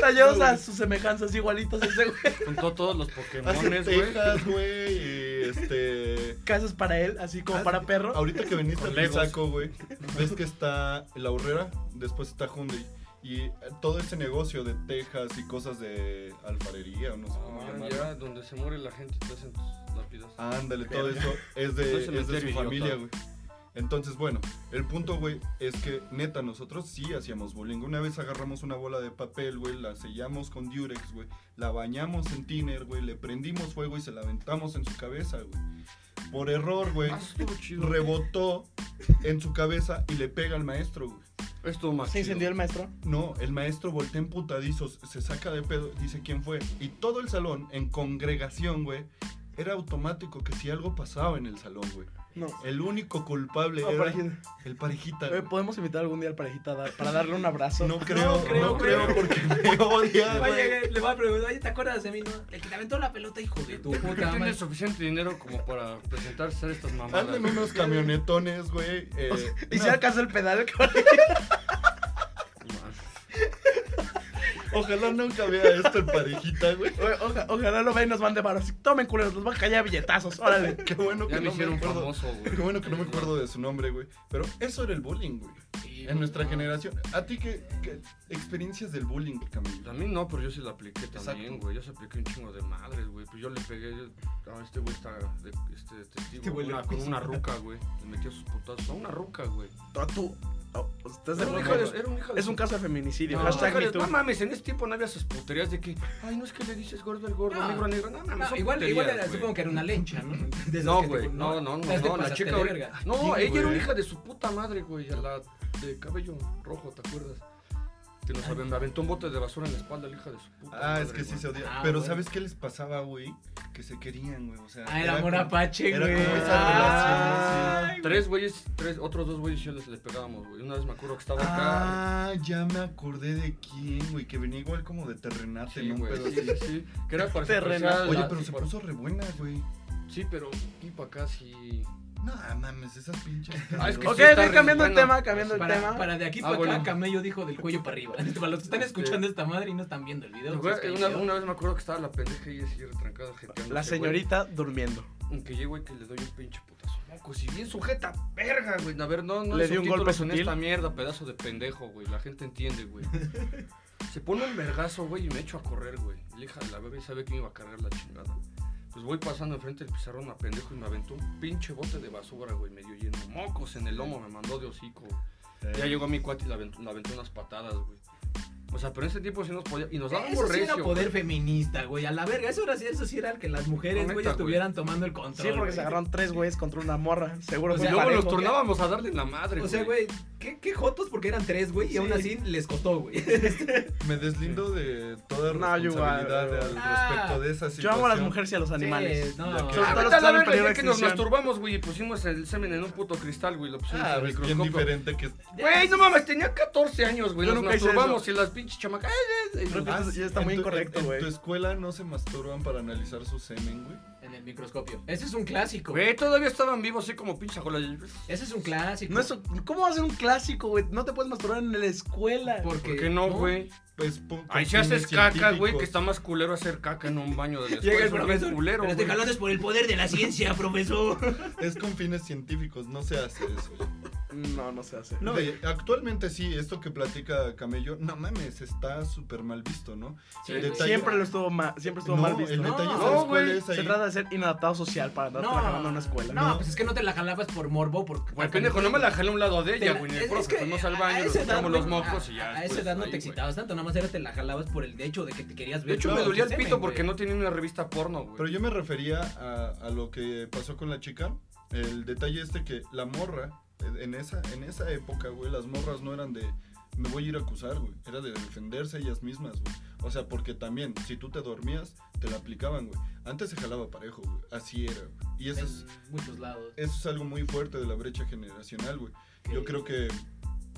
Tallados No, a güey. sus semejanzas igualitos a ese güey. Juntó todos los Hace Pokémones, güey. Texas, güey. Y este. Casas para él, así como Ah, para perro. Ahorita que veniste Con al Legos. saco, güey, ves que está la horrera, después está Hyundai. Y eh, todo ese negocio de Texas y cosas de alfarería, o no sé cómo Ah, llamarlo. ya, donde se muere la gente y te hacen tus lápidas. Ándale, todo Verga. eso es No de, se me es de su entero, familia, idiota. güey. Entonces, bueno, el punto, güey, es que neta, nosotros sí hacíamos bullying. Una vez agarramos una bola de papel, güey, la sellamos con Durex, güey, la bañamos en tiner, güey, le prendimos fuego y se la aventamos en su cabeza, güey. Por error, güey, Ah, eso estuvo chido. rebotó en su cabeza y le pega al maestro, güey. Esto más Se incendió el chido. maestro. No, el maestro voltea en putadizos, se saca de pedo, dice quién fue. Y todo el salón, en congregación, güey, era automático que si algo pasaba en el salón, güey. No. El único culpable No, era parejita. el parejita. Güey, Podemos invitar algún día al parejita a dar- para darle un abrazo. No creo, no creo, creo, creo. porque me odia, va a güey. llegar- Le va a preguntar, oye, ¿te acuerdas de mí? No? El que te aventó la pelota, hijo de tu ¿Por qué puta madre. tienes suficiente dinero como para presentarse a hacer estas mamadas? Anden güey? unos camionetones, güey. eh, Y si una- alcanza el pedal, Ojalá nunca vea esto el parejita, güey. Oye, oja- ojalá lo vean y nos mande varos. Tomen culeros, los van a callar a billetazos, órale. Qué bueno que Ya me no me hicieron acuerdo. famoso, güey. Qué bueno que no me acuerdo de su nombre, güey. Pero eso era el bullying, güey. Sí, En nuestra no. generación. ¿A ti qué, qué experiencias del bullying, Camilo? A mí no, pero yo sí la apliqué también, Exacto. güey. Yo se apliqué un chingo de madres, güey. Pues yo le pegué. yo- a este güey está de, este testigo. Este güey le una- con una ruca, güey. Le metió sus putazos a una ruca, güey. No, tú. no, estás de Era un broma, hija de- güey. era un hija de Es su- un caso de feminicidio. No, Hashtag mujeres, me too. no mames, en ese tiempo no había sus puterías de que, ay, no es que le dices gordo al gordo, No. negro al negro. No, No, mames, son igual, igual puterías, era, güey. supongo que era una lencha, ¿no? De esas No, que te- güey, no, no, Te no, no, la pasaste chica de ahorita- verga. No, Sí, ella era güey. una hija de su puta madre, güey, a la de cabello rojo, ¿te acuerdas? Que nos aven- aventó un bote de basura en la espalda la hija de su puta Ah, madre, es que sí güey. se odia. Ah, Pero bueno. ¿sabes qué les pasaba, güey? Que se querían, güey. O sea, Ah, era amor como- apache, era güey. como Ah, esa relación, sí. Tres güeyes, tres, otros dos güeyes y yo les le pegábamos, güey. Una vez me acuerdo que estaba acá. Ah, ya me acordé de quién, güey, que venía igual como de terrenate, Sí, ¿no? güey, Pero sí, así. sí, sí. Que era para Terrenal. Oye, pero se puso re buena, güey. Sí, pero y para acá sí. No, mames, esas pinches. Ah, es que Ok, sí está estoy re cambiando el bueno. tema, cambiando el Para, tema. para de aquí Ah, para bueno. acá, Camello dijo del cuello para arriba. Para los que están Este- escuchando esta madre y no están viendo el video. Güey, pues, una, qué una vez me acuerdo que estaba la pendeja y así retrancada, jeteándose, La güey. señorita durmiendo. Aunque llego y que le doy un pinche putazo. Moco, si bien sujeta, verga, güey. A ver, no, no Le hay di un subtítulos golpe en sutil. esta mierda, pedazo de pendejo, güey. La gente entiende, güey. Se pone un vergazo, güey, y me echo a correr, güey. La hija de la bebé sabe que me iba a cargar la chingada. Pues voy pasando enfrente del pizarrón a pendejo y me aventó un pinche bote de basura, güey, medio lleno. Mocos en el lomo, me mandó de hocico. Ya llegó mi cuate y la aventó, la aventó unas patadas, güey. O sea, pero en ese tiempo sí nos podía. Y nos chido. dábamos Eso sí era pues, recio. poder feminista, güey. A la verga, eso era, eso sí era el que las mujeres, No, güey, neta, estuvieran tomando el control. Sí, porque se güey. agarraron tres güeyes contra una morra. Seguro O y fue sea, luego parejo. nos tornábamos a darle en la madre, O sea, güey, ¿qué, qué jotos porque eran tres, güey, y aún así les costó, güey. Me deslindo de toda No, yo igual, responsabilidad yo al igual. respecto de esa situación. Yo amo a las mujeres y a los animales. Sí, no. Ya que- Ah, Todos vete a la están en verga, peligro ya de que nos extinción. masturbamos, güey, y pusimos el semen en un puto cristal, güey, lo pusimos Ah, en el es bien microscopio. diferente que Güey, no mames, tenía 14 años, güey, Yo nos nunca hice masturbamos eso. y las pinche chamaca. eh, eh, eh, Pero- Ah, Esto ya está en muy tu- incorrecto, en- güey. En tu escuela no se masturban para analizar su semen, güey. En el microscopio. Ese es un clásico. Güey, todavía estaban vivos así como pinche jola. Ese es un clásico. No es un- ¿Cómo va a ser un clásico, güey? No te puedes masturbar en la escuela. Porque, ¿Por qué no, güey? Pues, po- Ahí con se haces fines caca, güey, científicos. que está más culero hacer caca en un baño de la Llega el escuela, porque es profesor, culero, Pero este güey. jalón es por el poder de la ciencia, profesor. Es con fines científicos, no se hace eso. No, no se hace. No, y actualmente sí, esto que platica Camello, no mames, está súper mal visto, ¿no? Sí, El güey. detalle- Siempre lo estuvo mal, siempre estuvo no, mal visto. El No, detalle no, no, güey, es ahí. Se trata de ser inadaptado social para andar trabajando en una escuela. No, No. pues es que no te la jalabas por morbo. Por Güey, pendejo, no me la jalé a un lado de Te ella, la- güey. ni es- El es profe, que fuimos al a- baño, a nos esa edad, echamos los güey, mocos a- y ya. A esa después, edad no ahí, güey. te excitabas tanto, nada más era te la jalabas por el hecho de que te querías De ver. hecho, con me tu dolía el semen, pito güey. porque no tenía una revista porno, güey. Pero yo me refería a, a lo que pasó con la chica. El detalle este que la morra, eh, en esa, en esa época, güey, las morras no eran de me voy a ir a acusar, güey. Era de defenderse ellas mismas, güey. O sea, porque también, si tú te dormías, te la aplicaban, güey. Antes se jalaba parejo, güey. Así era, güey. Y eso es, En muchos lados. eso es algo muy fuerte de la brecha generacional, güey. Yo creo que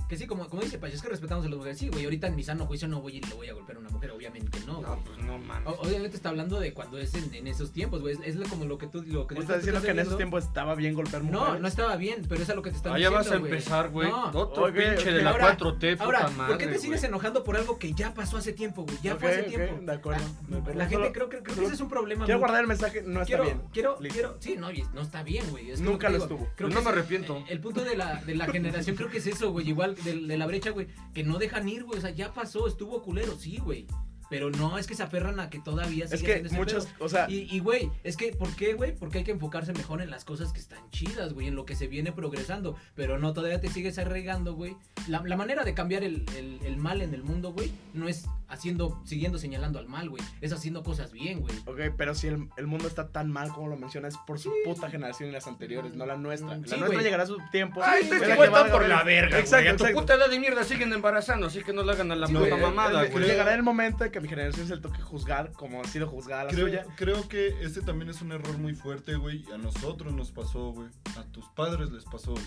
Que sí, como, como dice Pache, es que respetamos a las mujeres. Sí, güey, ahorita en mi sano juicio no voy y le voy a golpear a una mujer, obviamente no, güey. No, pues no mames. O- Obviamente está hablando de cuando es en, en esos tiempos, güey. Es, es como lo que tú... Lo que Estás tú diciendo que en esos viendo. tiempos estaba bien golpear No, mujeres. Ah, no estaba bien, pero es a lo que te están Allá diciendo, vas a güey. empezar, güey. No. Otro Ok, pinche ok. de la Ahora, 4T, puta Ahora, madre. ¿por qué te sigues güey. enojando por algo que ya pasó hace tiempo, güey? Ya Ok, fue hace ok, tiempo. de acuerdo, Ah, de acuerdo. La gente Solo- creo, creo, creo que solo- ese es un problema. Quiero muy- guardar el mensaje, no está quiero, bien. Quiero, Listo. quiero, sí, no, y no está bien, güey. es que Nunca te lo digo, estuvo. No que me es- arrepiento. eh, El punto de la, de la generación creo que es eso, güey. Igual de, de la brecha, güey. Que no dejan ir, güey. O sea, ya pasó, estuvo culero, sí, güey. Pero no, es que se aferran a que todavía Es sigue que haciendo ese muchas, pedo. o sea, Y, y, güey, es que, ¿por qué, güey? Porque hay que enfocarse mejor en las cosas que están chidas, güey, en lo que se viene progresando. Pero no, todavía te sigues arraigando, güey. La, la manera de cambiar el, el- el mal en el mundo, güey, no es haciendo, siguiendo señalando al mal, güey. Es haciendo cosas bien, güey. ok, pero si el, el mundo está tan mal como lo mencionas, es por su puta generación y las anteriores, no la nuestra. La Sí, nuestra güey. llegará a su tiempo. Ay, Sí, este güey, la güey que está valga por la verga, Exacto, güey. A tu exacto. puta edad de mierda siguen embarazando, así que no le hagan a la Sí, puta güey, mamada, es- es- güey. eh, Llegará el momento de que mi generación se le toque juzgar como ha sido juzgada la creo, suya. creo que este también es un error muy fuerte, güey. y A nosotros nos pasó, güey. A tus padres les pasó, güey.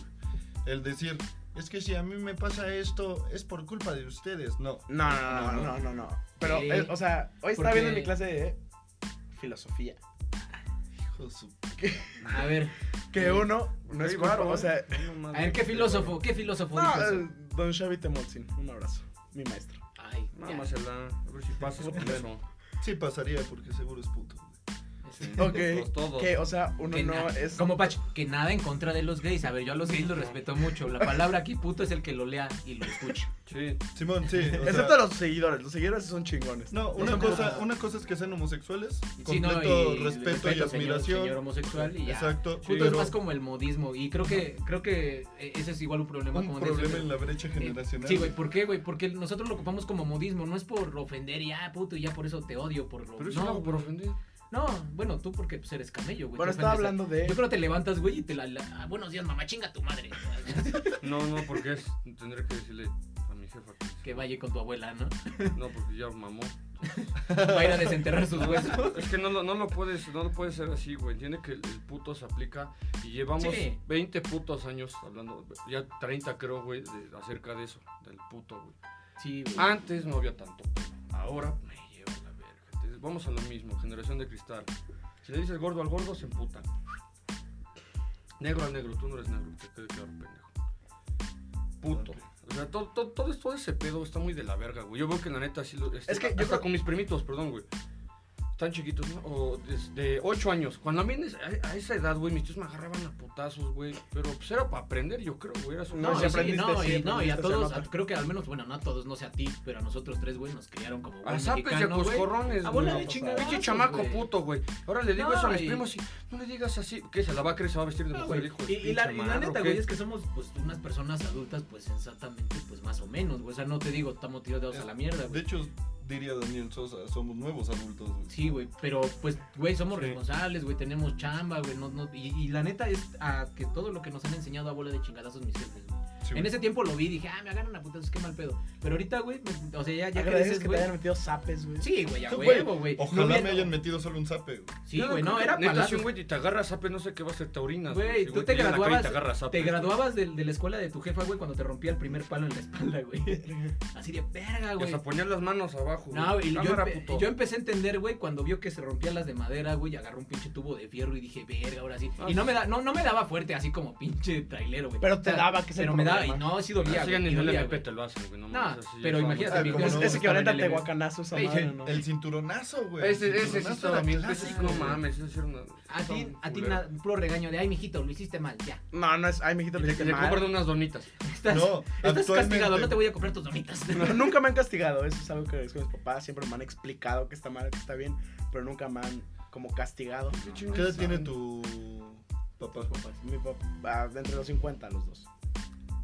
El decir, es que si a mí me pasa esto, es por culpa de ustedes. No. No, no, no, no, no, no. no. Pero, Sí. eh, o sea, hoy estaba Porque- viendo en mi clase de filosofía. Hijo de su... A ver, Que uno no es Ey, culpa, varo, o eh. sea, No mames. a ver, ¿qué filósofo? ¿Qué filósofo no, dijo eso? eh, don Xavi Temolzin, un abrazo, mi maestro. Ay, ya. Mámasela, a ver si pasas con eso. Sí pasaría, porque seguro es puto. güey. Ok, Los todos. que, o sea, uno Que no Este, na- es... Como Pacho, que nada en contra de los gays. A ver, yo a los gays los respeto mucho. La palabra aquí puto es el que lo lea y lo escuche. Sí. Simón, sí. o sea, Excepto los seguidores, los seguidores son chingones. No, una cosa, una cosa es que sean homosexuales. Sí, no, Completo y- respeto, y señor- admiración. Señor, homosexual y ya. Exacto. Puto es pero más como el modismo y creo que creo que eh, ese es igual un problema un como problema de eh, en la brecha generacional. Sí, güey, ¿por qué, güey? Porque nosotros lo ocupamos como modismo, no es por ofender y ah, puto, y ya por eso te odio por lo Pero eso no, lo hago por güey. ofender. No, bueno, tú porque pues, eres camello, güey. Bueno, te estaba ofendes a- hablando de... Yo creo que te levantas, güey, y te la, la- ah, buenos días, mamá, chinga tu madre. No, no, porque es. Tendré que decirle a mi jefa que. que vaya con tu abuela, ¿no? No, porque ya mamó. Va a ir a desenterrar sus huesos. Es que no, lo- no lo puedes, no lo puedes ser así, güey. Entiende que el, el puto se aplica y llevamos Sí. 20 putos años hablando, ya 30 creo, güey, de- acerca de eso, del puto, güey. Sí, güey. Antes no había tanto, pedo, ahora me lleva la verga. Entonces, vamos a lo mismo, generación de cristal. Si le dices gordo al gordo, se emputa. Negro al negro, tú no eres negro, te quede claro, pendejo. Puto. O sea, todo, todo, todo, todo ese pedo está muy de la verga, güey. Yo veo que la neta sí lo. este, Es que yo hasta creo- con mis primitos, perdón, güey. Están chiquitos, ¿no? O desde 8 años. Cuando a mí en es- a, a esa edad, güey, mis tíos me agarraban a putazos, güey. Pero pues era para aprender, yo creo, güey. Era su No, No, si y sí, aprendiste, no, sí, y, no, y a aprendiste, todos, se nota. a- creo que al menos, bueno, no a todos, no sé a ti, pero a nosotros tres, güey, nos criaron como buen Al zapes y a mexicano, güey. coscorrones, Ah, bola güey. de chingadazos, Pinche chamaco güey. puto, güey. Ahora le digo No, eso a mis y- primos y no le digas así. ¿Qué? Se la va a creer, se va a vestir de Ah, mujer, güey. hijo de Y, y la, pinche y la madre, neta, ¿o güey, qué? es que somos pues unas personas adultas, pues sensatamente, pues más o menos, güey. O sea, no te digo, estamos tirados a la mierda, De güey. hecho, diría Daniel Sosa, somos nuevos adultos. güey. Sí, güey, pero pues, güey, somos Sí. responsables, güey, tenemos chamba, güey, no, no, y, y la neta es a que todo lo que nos han enseñado a bola de chingadazos mis jefes, güey. Sí, güey. en ese tiempo lo vi y dije, ah, me agarran a putazos, qué mal pedo. Pero ahorita, güey, me- o sea, ya, ya Agradeces creces, que te güey. hayan metido zapes, güey. Sí, güey, a Sí, huevo, güey. Ojalá No, me hayan metido solo un zape, güey. Sí, güey, no, era Neta, si palazos. un güey te agarras ape, no sé qué va a ser, te orinas. Güey, Si, tú te llegan acá y graduabas, Te, agarras Te zapes, graduabas de, de la escuela de tu jefa, güey, cuando te rompía el primer palo en la espalda, güey. Así de güey. verga, güey. Y hasta ponías las manos abajo. No, güey. güey, yo, Cámara, empe- puto. yo empecé a entender, güey, cuando vio que se rompían las de madera, güey, y agarró un pinche tubo de fierro y dije, verga, ahora sí. Ah, y no sí. me, da, no, no me daba fuerte, así como pinche trailero, güey. Pero te O sea, daba, que es el Pero me daba, y problema. no, sí Así dolía, ya güey. Ah, ni en sí el dolía, LP güey. te lo hacen, güey. No, No, mames, así pero es, imagínate, Ah, mi cómo Dios, no, Ese estaba que ahorita en te el LP. guacanazo esa Ey, madre, ey, ¿no? El cinturonazo, güey. Ese, El ese sí cinturonazo estaba era bien. Ese sí, clásico, no güey. mames. ese sí era una- A estaba ti, un a ti culero. nada, puro regaño de, ay, mijito, lo hiciste mal, ya. No, no es. Ay, mijito, Y lo Le, hiciste le mal. compran unas donitas. Estás, No, estás actualmente- castigado, no pues te voy a comprar tus domitas. No, nunca me han castigado. Eso es algo que es con mis papás. Siempre me han explicado que está mal, que está bien. Pero nunca me han como castigado. ¿Qué edad tiene tu papá? Mi papá, ah, de entre los 50, los dos.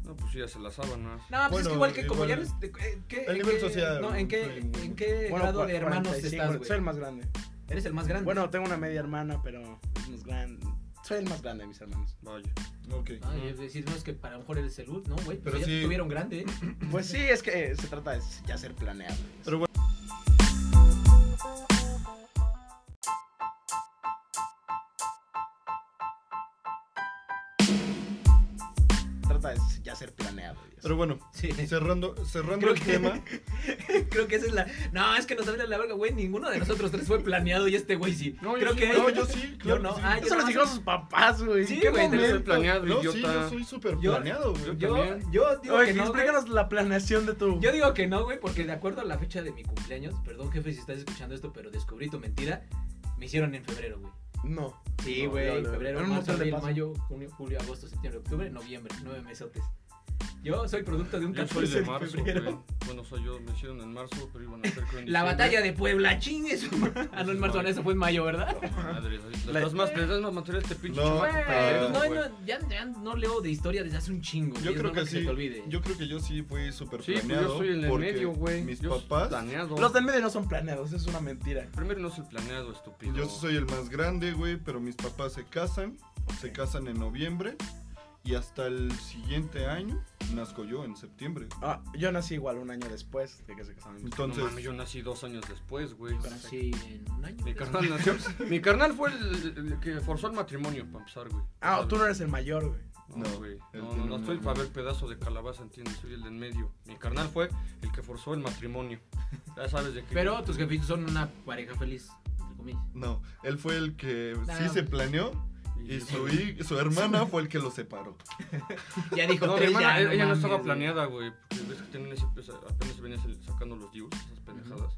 No, pues sí, ya se las sábanas. No, pues Bueno, es que igual que como igual. ya eres. de- eh, ¿qué, El en nivel qué- social, No, ¿en qué, soy- en qué Bueno, grado cua- de hermanos 45, estás, Soy güey? el más grande. Eres el más grande. Bueno, tengo una media hermana, pero es más grande. Soy el más grande de mis hermanos. Vaya. Ok. Ah, y es decir, no es que para lo mejor eres el ult, ¿no, güey? Pero Pero ya sí. te tuvieron grande, ¿eh? Pues sí, es que eh, se trata de ya ser planeado. Pero bueno. Se trata de ya ser planeado. ya Pero bueno, Sí. cerrando, cerrando Creo el que- tema. Creo que esa es la. No, es que nos sale la verga, güey. Ninguno de nosotros tres fue planeado y este güey sí. No, yo Creo sí, que. No, yo sí, claro. Yo no, que sí. ah, Eso lo dijeron sus papás, güey. Sí, ¿Qué güey, te lo momento? estoy planeado, no, sí, idiota. yo soy súper Yo- pues, planeado, güey. Yo, también. yo digo Oye, que no. güey. explícanos la planeación de tu. Yo digo que no, güey, porque de acuerdo a la fecha de mi cumpleaños, perdón, jefe, si estás escuchando esto, pero descubrí tu mentira, me hicieron en febrero, güey. No. Sí, No, güey, no, no, febrero, era marzo, un montón de abril, pasos. mayo, junio, julio, agosto, septiembre, octubre, noviembre, nueve mesotes. Yo soy producto de un Yo soy 14 de, de marzo, febrero. güey. Bueno, soy yo, me hicieron en marzo, pero iban a hacer creo en La diciembre. batalla de Puebla, chingue su ma- Ah, no, en marzo, no, eso fue en mayo, ¿verdad? Madre, La- le das más, le das más material a este pinche No, chamaco, Güey, ah, pendejo, pues, no, güey. no, ya, ya no leo de historia desde hace un chingo. Yo güey, es creo normal que Se sí. te olvide. Yo creo que yo sí fui súper Sí, pues planeado. yo soy el del porque medio, güey. Mis Yo soy papás. Planeado. Los del medio no son planeados, eso es una mentira. Primero no es el planeado, estúpido. Yo soy el más grande, güey, pero mis papás se casan. Se casan en noviembre. Y hasta el siguiente año nazco yo, en septiembre. Ah, yo nací igual un año después de que se casaron. mis papás. Entonces, No mames, yo nací dos años después, güey. Pero sí, en un año. Mi creo. carnal nació. Mi carnal fue el, el que forzó el matrimonio, para empezar, güey. Ah, tú no eres el mayor, güey. No, No, güey. él No, tiene no, no un estoy hermano. para ver pedazo de calabaza, ¿entiendes? Soy el del medio. Mi carnal fue el que forzó el matrimonio. Ya sabes de qué. Pero tus jefitos son una pareja feliz, entre comillas. no, él fue el que No. sí se planeó. Y yo- su, hi- su hermana fue el que lo separó. Ya dijo, No, mi tres, hermana, ya, ella ella no mames, estaba güey. planeada, güey. Porque ves que tienen ese, esa- apenas venían sal- sacando los dios, esas pendejadas.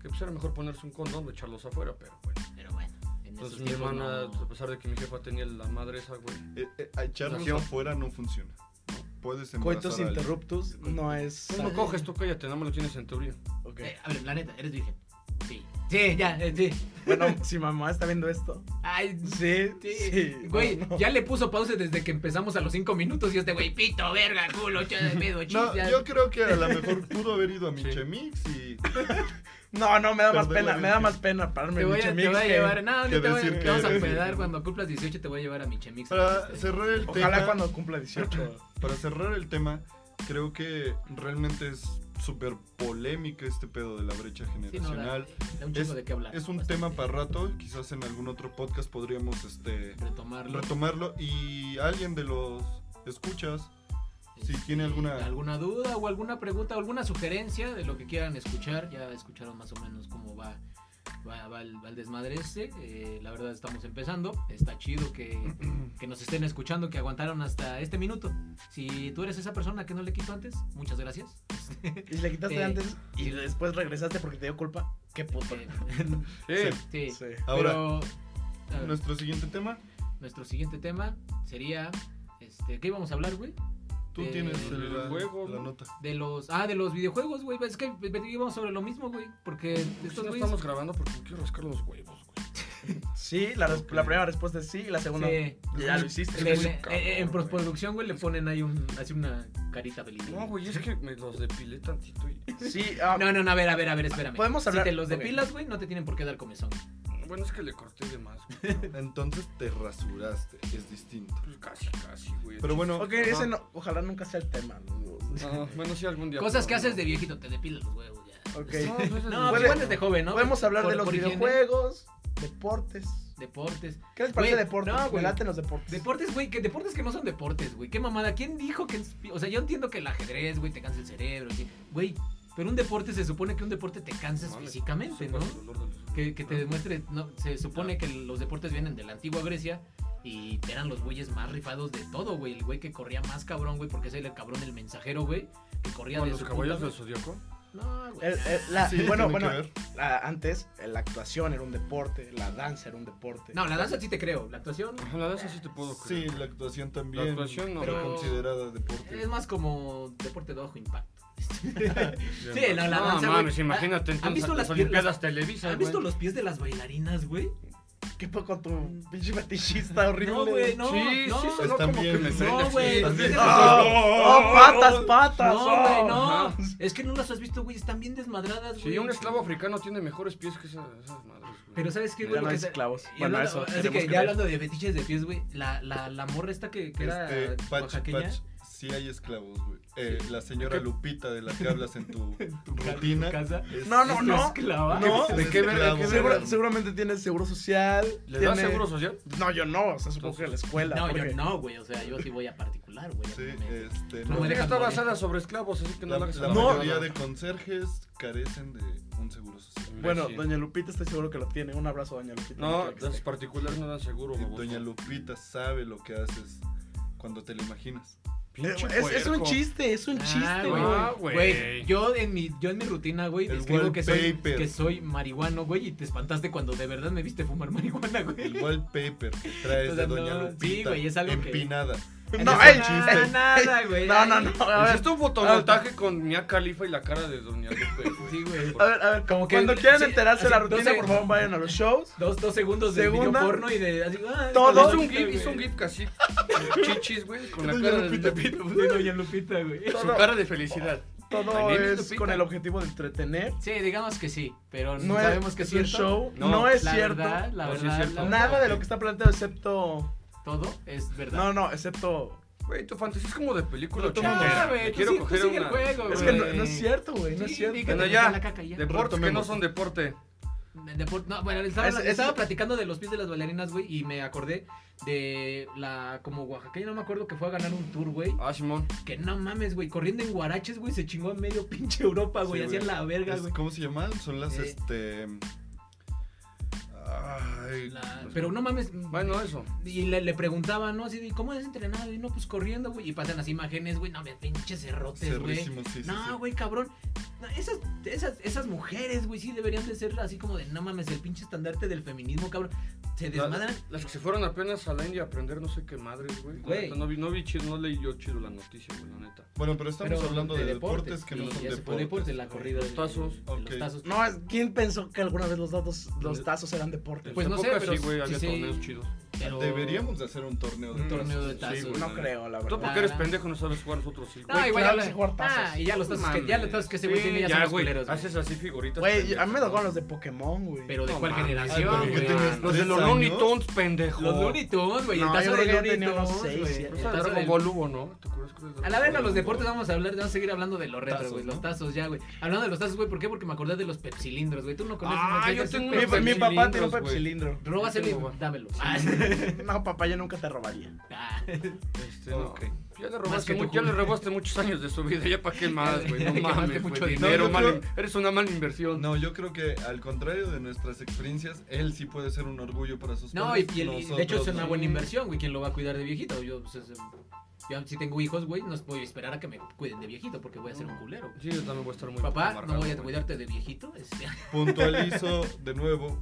Que pues era mejor ponerse un condón o echarlos afuera, pero bueno. Pero bueno, en Entonces esos Pues mi tiempos hermana, pues, no- a pesar de que mi jefa tenía la madre esa, güey. Eh, eh, a echarnos Nació. afuera no funciona. Puedes embarazar Coitus a alguien. interruptus no es. Tú no coges, tú cállate, nada más lo tienes en teoría. Ok. Eh, a ver, la neta, eres virgen. Sí. Sí, ya, eh, sí. Bueno, si mamá está viendo esto. Ay, Sí, sí. sí. güey, no, no. ya le puso pausa desde que empezamos a los cinco minutos y este güey, pito, verga, culo, chá de pedo, No, chis, ya. yo creo que a lo mejor pudo haber ido a Sí. Michemix y No, no, me da más Perdón, pena, la me da virgen. más pena pararme Te en voy, a, Michemix te voy a que- llevar, no, no que te, voy, decir te que vamos a eres hospedar virgen. cuando cumplas 18 te voy a llevar a Michemix. para cerrar el Ojalá tema, cuando cumpla 18. para cerrar el tema, creo que realmente es súper polémica este pedo de la brecha Sí, no, da, generacional. da un chingo de qué hablar. es un bastante. tema para rato, quizás en algún otro podcast podríamos este retomarlo. retomarlo y alguien de los escuchas si Este, tiene alguna- alguna duda o alguna pregunta o alguna sugerencia de lo que quieran escuchar, ya escucharon más o menos cómo va va, va el, va el desmadre este. Eh, la verdad estamos empezando, está chido que, que nos estén escuchando, que aguantaron hasta este minuto. Si tú eres esa persona que no le quito antes, muchas gracias. Y le quitaste Sí. antes y después regresaste porque te dio culpa. Qué puto. Eh, Eh, sí. Sí. Ahora, Pero, a ver, nuestro siguiente tema, nuestro siguiente tema sería este, ¿qué íbamos a hablar, güey? tú Eh, tienes el el, la, juego, la ¿no? nota. De los. Ah, de los videojuegos, güey. Es que ve- ve- íbamos sobre lo mismo, güey. Porque pues estos no güeyes- estamos grabando porque me quiero rascar los huevos, güey. Sí, la, res- Ok. la primera respuesta es sí y la segunda Sí. ya lo hiciste. Le- Es le- un cabrón, eh, en güey. postproducción, güey, le ponen ahí un, así una carita feliz. No, güey, es que me los depilé tantito y... Sí, ah, No, no, no, a ver, a ver, a ver, espérame. Podemos hablar- Si te los ok. depilas, güey, no te tienen por qué dar comezón. Bueno, es que le corté de más, güey. Entonces te rasuraste, es distinto. Pues casi, casi, güey. Pero bueno, Ok, ajá. ese no, ojalá nunca sea el tema. amigos. Ah, bueno, sí, algún día. Cosas pero que no. haces de viejito, te depilas los huevos ya. Ok. No, pues eso es No, de- pues Puede- igual desde joven, ¿no? Podemos hablar Por- de los por higiene, videojuegos, deportes. Deportes. ¿Qué les parece Güey, deportes? no, Me güey. laten los deportes. Deportes, güey, que deportes que no son deportes, güey. Qué mamada. ¿Quién dijo que.? es- O sea, yo entiendo que el ajedrez, güey, te cansa el cerebro. sí. Güey, pero un deporte se supone que un deporte te cansas Mames, físicamente, ¿no? sepas el dolor de los- Que, que te demuestre. No, se supone que los deportes vienen de la antigua Grecia y eran los güeyes más rifados de todo, güey. El güey que corría más cabrón, güey, porque ese era el cabrón, el mensajero, güey, que corría Con de los su caballos puta del madre. zodiaco. No, güey. El- el- la- Sí, bueno, tiene bueno, que ver. la- antes eh, la actuación era un deporte, la danza era un deporte. No, la danza sí te creo. La actuación La verdad, eso sí te puedo Sí, creer. la actuación también. La actuación no. fue Pero- considerada deporte. es más como deporte de bajo impacto. Ya, Sí, la- la no, danza, mames, güey. imagínate ¿Han entonces visto a las las piernas? Olimpiadas Televisa, ¿Has güey. visto los pies de las bailarinas, güey? Qué poco tu pinche fetichista horrible. No, güey, no, Sí, no. sí, eso Están no como bien, que me ¿no, suena, güey? sí, Los también. dientes- Ah, ¡Oh, patas, patas! No, oh! güey, no. ajá. Es que no las has visto, güey. Están bien desmadradas, güey. Sí, un esclavo africano tiene mejores pies que esa- esas madres, güey. Pero ¿sabes qué, Ya güey? no Lo que hay está- esclavos. y Bueno, hablando- eso Así tenemos que que ya ver. hablando de fetiches de pies, güey. La, la, la morra esta que, que era Este, Patch, oaxaqueña. Patch, sí hay esclavos, güey. Eh, La ¿Qué? señora Lupita de la que hablas en tu, tu ca- rutina. tu casa. es- No, no, ¿Es no. esclava? No. es ¿De qué verga? esclavo. ¿Qué Segura- verga? seguramente tienes seguro social. ¿Le das tiene- seguro social? No, yo no, o sea, supongo que la escuela. No, porque- yo no, güey. O sea, yo sí voy a particular, güey. Sí, obviamente. este, No No, me me dejan está morir. basada sobre esclavos, así que no la, la la hagas. mayoría de conserjes carecen de un seguro social. Bueno, doña Lupita estoy seguro que lo tiene. Un abrazo, doña Lupita. No, este, donde quiera que los esté. particulares no dan seguro, Y baboso. Doña Lupita sabe lo que haces cuando te lo imaginas. Pinche Eh, es, es un puerco. chiste, es un Ah, chiste, güey. güey. Ah, güey. Güey, yo en mi, yo en mi rutina, güey, El describo que soy, wallpaper. que soy marihuano, güey, y te espantaste cuando de verdad me viste fumar marihuana, güey. El wallpaper que traes O de sea, Doña no, sí, Lupita. güey, es algo que- empinada. No, Eso ey, nada, ey, nada, güey. No, no, no. A ver, Hiciste un fotomontaje con Mia Khalifa y la cara de Doña Lupe, güey. Sí, güey. a ver, a ver. Como que- cuando quieran sí, enterarse de la así, rutina, doce- por favor, vayan a los shows. Dos, dos segundos de video Segunda. porno y de así, ah, Todo. Hizo con un Lupita, gif, güey. hizo un gif casi chichis, güey, con la Doña cara Lupita. de De Doña Lupita, güey. Su cara de felicidad. My Todo name is es Lupita. con el objetivo de entretener. Sí, digamos que sí, pero no No es- sabemos que es es un cierto. show. No, No, es la cierto. Verdad, la No, Pues sí es verdad, cierto. la- Nada de Ok. lo que está planteado, excepto. todo es verdad. No, no, excepto. Güey, tu fantasía es como de película No, tú ochentera. no, güey, Me tú quiero sí- tú coger sigue el una... juego, Es Es que que no, Güey. no es cierto, güey. No Sí, es cierto. di que Bueno, te ya. metes la caca ya. deportes que no Retomemos. son deporte. Depor- no, bueno, estaba, Es- es- estaba platicando de los pies de las bailarinas, güey, y me acordé de la como oaxaqueña, no me acuerdo que fue a ganar un tour, güey. Ah, Simón. Que no mames, güey, corriendo en guaraches, güey, se chingó a medio pinche Europa, güey, Sí, hacían güey. la verga, Es- güey. ¿Cómo se llaman? Son las, Eh. este... Ay, La- Pues Pero no mames. mm, Bueno, eso. Y le, le preguntaba, ¿no? Así de, ¿cómo has entrenado? Y no, pues corriendo, güey. Y pasan las imágenes, güey, no me pinches cerrotes, güey. cerrísimos, sí, sí, sí. No, güey, cabrón. No, esas, esas, esas mujeres, güey, sí deberían de ser así como de, no mames, el pinche estandarte del feminismo, cabrón. Se La- desmadran Las que se fueron apenas a la India a aprender no sé qué madres, güey. Güey. La neta, No vi, no vi chido, no leí yo chido la noticia, güey, la neta. Bueno, pero estamos Pero hablando de, deportes, que no y son ya se deportes. fue deporte, la corrida Los de- tazos, de los ok. tazos. No, es- ¿quién pensó que alguna vez los datos, los De- tazos eran deportes? Pues En no esa sé, época pero Pues sí, güey, sí, había sí. torneos chidos. pero- Deberíamos de hacer un torneo de Un torneo de tazos. tazos. güey. no creo, la Tú verdad. porque eres pendejo no sabes jugar nosotros sí, No, güey. y güey, claro ya que lo- jugar tazos. Ah, y ya los tazos que, ya los tazos que ese güey Sí, tiene ya, son los güey, culeros. güey. Haces así figuritas. Güey, pendejas, a mí me ¿no? tocaron los de Pokémon, güey. Pero de No cuál mames. Ay, generación, pero güey. ¿qué tenías? Los de los ¿Tres Looney años? Tunes, pendejo. Pues, Los Looney Tunes, güey, el No, tazo yo de creo que Looney yo tenía unos Tunes, seis, güey, siete. el Pero tazo Dragon del- Ball hubo, ¿no? ¿Te acuerdas cuál es A Dragon la verga, Ball? los deportes vamos a hablar, vamos a seguir hablando de los retro, Tazos, güey. ¿no? Los tazos ya, güey. Hablando de los tazos, güey, ¿por qué? Porque me acordé de los pepsilindros, güey. Tú no conoces. Ah, güey, yo ese tengo mi, pedo. unos mi papá tiene un Pepsilindros, pepsilindro. Róbaselo tengo, y güey. dámelo. No, papá, yo nunca te robaría. Ah. Este, no. Ok. Ya le Más que robaste, mu- tu ya le juventud. robaste muchos años de su vida, ya para qué más, güey. Ya No le mames, quemaste mucho mucho dinero, dinero. mal in- eres una mala inversión. No, yo creo que al contrario de nuestras experiencias, él sí puede ser un orgullo para sus No, y, padres. y el- y de hecho es nosotros una no. buena inversión, güey. ¿Quién lo va a cuidar de viejito? Yo, pues, es- yo si tengo hijos, güey, no puedo esperar a que me cuiden de viejito porque voy a ser un culero. Sí, yo también voy a estar muy Papá, no amargado, voy a güey. cuidarte de viejito. Es, este, Puntualizo de nuevo.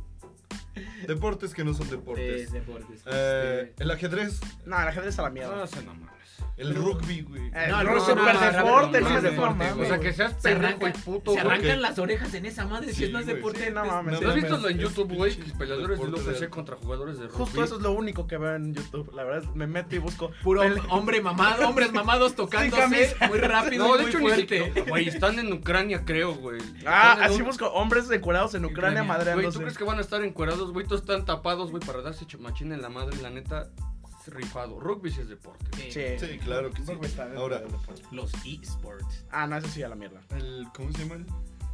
Deportes que no son deportes. es deportes. Eh, Este, el ajedrez. No, la gente es a la No, mierda. se no mames. El rugby, güey. Eh, No, no, el no, rugby no, super rápido, deporte, no no mames, es deporte. O güey. sea, que seas Se pendejo y arranca- puto, se güey. arrancan las orejas en esa madre si Sí, no es güey. deporte. Sí, no mames. ¿No has mames, visto lo en es YouTube, güey? pinche Peleadores del deporte de UFC arte. contra jugadores de rugby. Justo eso es lo único que veo en YouTube. La verdad, me meto y busco. Puro pele- hombre mamado, hombres mamados tocándose camisa. muy rápido No, y de muy hecho, ni fuerte. siquiera- Güey, están en Ucrania, creo, güey. Ah, Están en así un- busco hombres encuerados en Ucrania, Ucrania. Güey, madreándose. ¿tú crees que van a estar encuerados, güey? Todos están tapados, güey, para darse machina en la madre, la neta, es rifado. Rugby sí es deporte. güey. Sí, Sí. Sí, claro que sí. Rugby está dentro Ahora, del deporte. Eh, Los esports. Ah, no, eso sí a la mierda. el, ¿cómo se llama?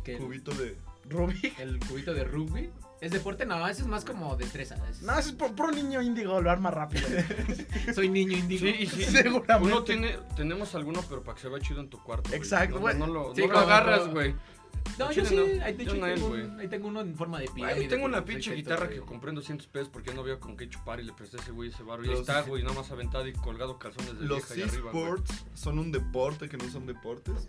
que El cubito de... Rubí. El cubito de rugby. ¿Es deporte? No, eso es más como destreza. es- No, eso es por, por niño índigo, lo arma rápido. Soy niño indigo. Sí, y sí. Seguramente. Uno tiene, tenemos alguno, pero para que se vea chido en tu cuarto. güey. Exacto, No, güey. no, no lo, Sí, no lo como- agarras, como- güey. No, Al yo chile sí, no. ahí, de Yo hecho, no tengo él, un- ahí tengo uno en forma de pirámide. Ay, tengo con una un pinche efecto, guitarra güey. que compré en 200 pesos porque ya no había con qué chupar y le presté a ese güey ese barro. Y ahí Los- está, güey, nada más aventado y colgado calzones de Los vieja ahí arriba, güey. esports son un deporte que no son deportes.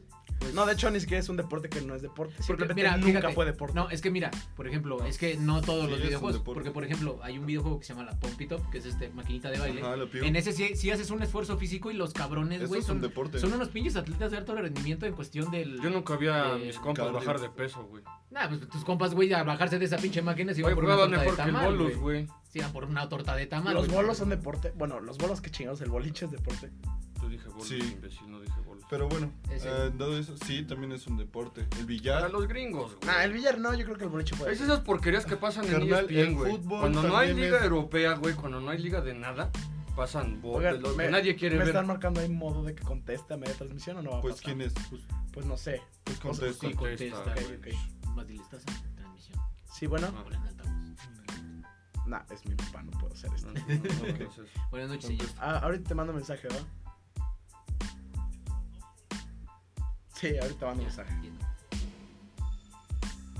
No, de hecho, ni siquiera es un deporte que no es deporte. Sí, Simplemente mira, nunca fíjate. fue deporte. No, es que mira, por ejemplo, es que no todos Sí, los es un videojuegos. deporte. Porque, por ejemplo, hay un videojuego que se llama la Pompy Top, que es este maquinita de baile. Ajá, lo pido. En ese sí, sí haces un esfuerzo físico y los cabrones, Eso güey, es un son, deporte. son unos pinches atletas de alto rendimiento en cuestión del... Yo nunca vi a Eh, mis compas cardio. bajar de peso, güey. Nah, pues tus compas, güey, a bajarse de esa pinche máquina se iban Güey, por una torta jugaban de mejor que el tamal, bolos, güey. güey. Se iban por una torta de tamal, Los güey. bolos son deporte. Bueno, los bolos que chingados, el boliche es deporte. Yo dije bolos, Sí. imbécil, no dije bolos. Pero bueno, Ese. eh, dado eso, sí, también es un deporte. El Para billar, los gringos, güey. Ah, el billar no, yo creo que el boliche puede. Es esas porquerías que pasan en E Carnal, ESPN, el güey. fútbol Cuando no hay también liga es- europea, güey, cuando no hay liga de nada, pasan botes, Oigan, lo que me- nadie quiere ¿Me ver. están marcando ahí modo de que conteste a media transmisión o no va a pues pasar? quién es, pues, Pues no sé. pues contesta. Sí, contesta, Contesta, güey. güey. Más dile, estás en transmisión. Sí, bueno. Ah. Hola, en altavoz. Nah, es mi papá, no puedo Ah, hacer No, esto. no, no, no, no es eso. Buenas noches, señor. Ah, ahorita te mando mensaje, ¿verdad? Sí, ahorita mando Ya, mensaje. bien.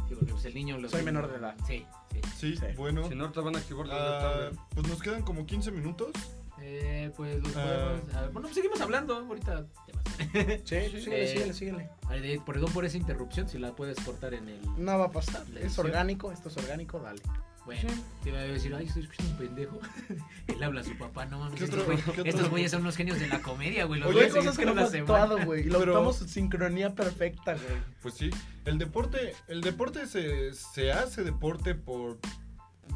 Sí, porque pues el niño... lo- Soy menor de edad. Sí, sí. Sí, Sí. bueno. Si no, te van a activar la ah, libertad, pues nos quedan como 15 minutos. Eh, pues los Ah. juegos... ah, bueno, pues seguimos hablando ahorita. temas. Sí, síguele, Eh. síguele, síguele. Ay, de- Perdón por esa interrupción, si la puedes cortar en el... No va a pasar. La Es edición. orgánico, esto es orgánico, dale. Pues Bueno, te iba a decir, ay, estoy escuchando un pendejo. Él habla a su papá, no mames. ¿Qué Estos, otro- güey- qué otro- estos güeyes son unos genios de la comedia, güey. Los Oye, voy a Hay seguir cosas que no toda hemos la semana. actuado, güey. Y lo Pero- tomamos en sincronía perfecta, güey. Pues sí, el deporte, el deporte se, se hace deporte por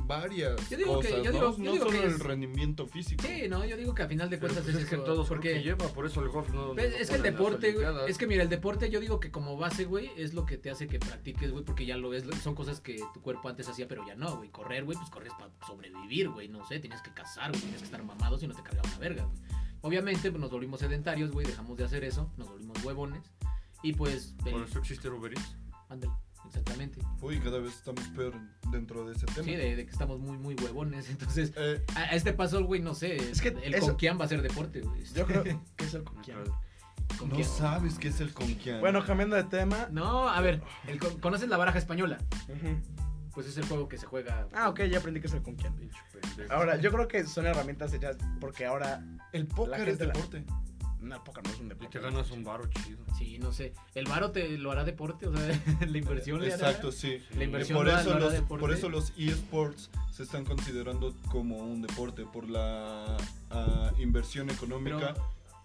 varias Yo digo que- cosas, yo ¿no? digo- yo no digo solo que es- el rendimiento físico. Sí, no, yo digo que a final de Pero, cuentas pues, es, es que eso, todos porque porque lleva, por eso el golf no. pues, no es que el ponen las deporte, güey, Olimpiadas. es que mira, el deporte yo digo que como base, güey, es lo que te hace que practiques, güey, porque ya lo es, son cosas que tu cuerpo antes hacía, pero ya no, güey, correr, güey, pues corres para sobrevivir, güey, no sé, tienes que cazar, güey, tienes que estar mamado si no te cargaba la verga, güey. Obviamente, pues nos volvimos sedentarios, güey, dejamos de hacer eso, nos volvimos huevones, y pues, el- Por eso existe Uber Eats. ándale, exactamente. Uy, cada vez estamos peor dentro de ese tema. Sí, de, de que estamos muy, muy huevones. Entonces, Eh, a, a este paso, güey, no sé. Es que el eso- Conquian va a ser deporte, güey. Yo creo que es el coquiano. Conquian. no sabes qué es el conquiano. Bueno, cambiando de tema. No, a ver, el con- ¿conoces la baraja española? Pues es el juego que se juega. Ah, ok, ya aprendí que es el coquiano. Ahora, yo creo que son herramientas hechas porque ahora. el póker gente es la- deporte. No, poca no es un Y deporte. te ganas un baro chido. Sí, no sé. ¿El varo te lo hará deporte? O sea, la inversión le hará- Exacto, sí. La inversión Por lo hará- eso, lo hará los, deporte. por eso los esports se están considerando como un deporte, por la ah, inversión económica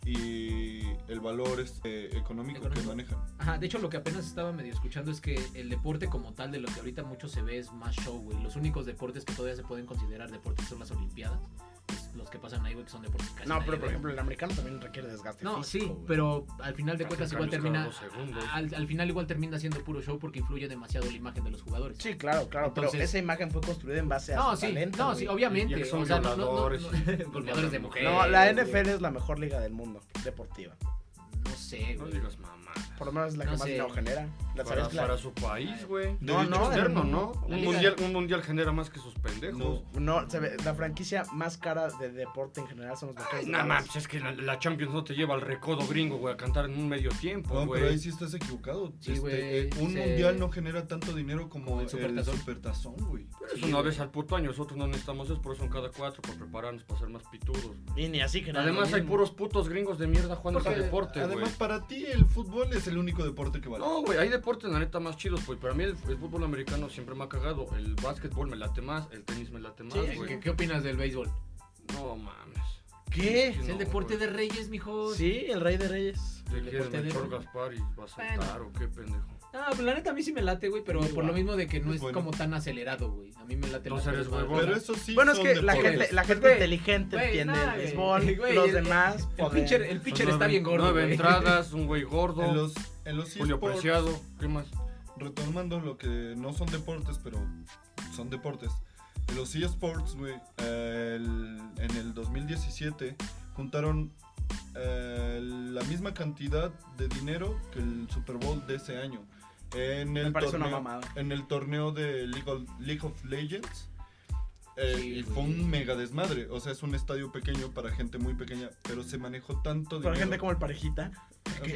y el valor este, económico, que Económico. manejan. Ajá, de hecho lo que apenas estaba medio escuchando es que el deporte como tal de lo que ahorita mucho se ve es más show, güey. Los únicos deportes que todavía se pueden considerar deportes son las olimpiadas. pues, los que pasan ahí, güey, que son deportes que casi No, nadie pero por ve. ejemplo, el americano también requiere desgaste No, físico. sí, güey. pero al final de Hacen cuentas cambios cada igual termina. dos segundos. Al, al final igual termina siendo puro show porque influye demasiado la imagen de los jugadores. Sí, claro, claro. pero Entonces- esa imagen fue construida en base a. No, su sí, talento, no, güey. sí, obviamente. Y que son o sea, no, no, no, violadores y- no, golpeadores de Eh, mujeres. No, la güey. NFL es la mejor liga del mundo deportiva. No sé, No güey. digas mamá. Por lo menos es la No que más sé. dinero genera. La Para, sabes que la- para su país, güey. De No, hecho, no, Externo, el- ¿no? La Un liga- mundial, un mundial genera más que sus pendejos. No. No, se ve- la franquicia más cara de deporte en general son los vaqueros. Ay, de nada Dallas. más, pues, es que la, la Champions no te lleva al recodo gringo, güey, a cantar en un medio tiempo, No, pero ahí Pues, güey. sí estás equivocado. Sí, Este, güey, eh, un se- mundial no genera tanto dinero como Como el el Supertazón. supertazón, güey. Pero es Sí, una güey. vez al puto año, nosotros no necesitamos eso, por eso en cada cuatro, para prepararnos, para ser más pitudos. güey. Y ni así generan. lo Además hay mismo. puros putos gringos de mierda jugando Porque, ese deporte, güey. además, para ti el fútbol es el único deporte que vale. No, güey, hay deportes, la neta, más chidos, güey. Para mí el, el fútbol americano siempre me ha cagado. El básquetbol me late más, el tenis me late más, Sí, güey. ¿qué, qué opinas del béisbol? No mames. ¿Qué? Es el deporte de reyes, mijo. Sí, el rey de reyes. el ¿De qué? deporte ¿De de- Melchor Gaspar y vas a Bueno. o qué pendejo? Ah, pues la neta a mí sí me late, güey, pero por lo mismo de que no Es es bueno. como tan acelerado, güey. A mí me late Entonces la eres madre. huevón. Pero eso sí. Bueno, es son que la deportes. gente, la gente Güey, inteligente güey, entiende nada, el güey. béisbol, Güey, los el- demás. El joder. pitcher, el pitcher Son está nueve- bien gordo. Nueve güey. entradas, un güey gordo, En los, en los Julio eSports, Preciado, ¿qué más? Retomando lo que no son deportes, pero son deportes. En los eSports, güey, el- en el 2017 juntaron eh, la misma cantidad de dinero que el Super Bowl de ese año. En el Me parece una torneo, mamada. En el torneo de League of, League of Legends. eh, Sí, y güey. fue un mega desmadre. O sea, es un estadio pequeño para gente muy pequeña, pero se manejó tanto Pero dinero. gente como el parejita.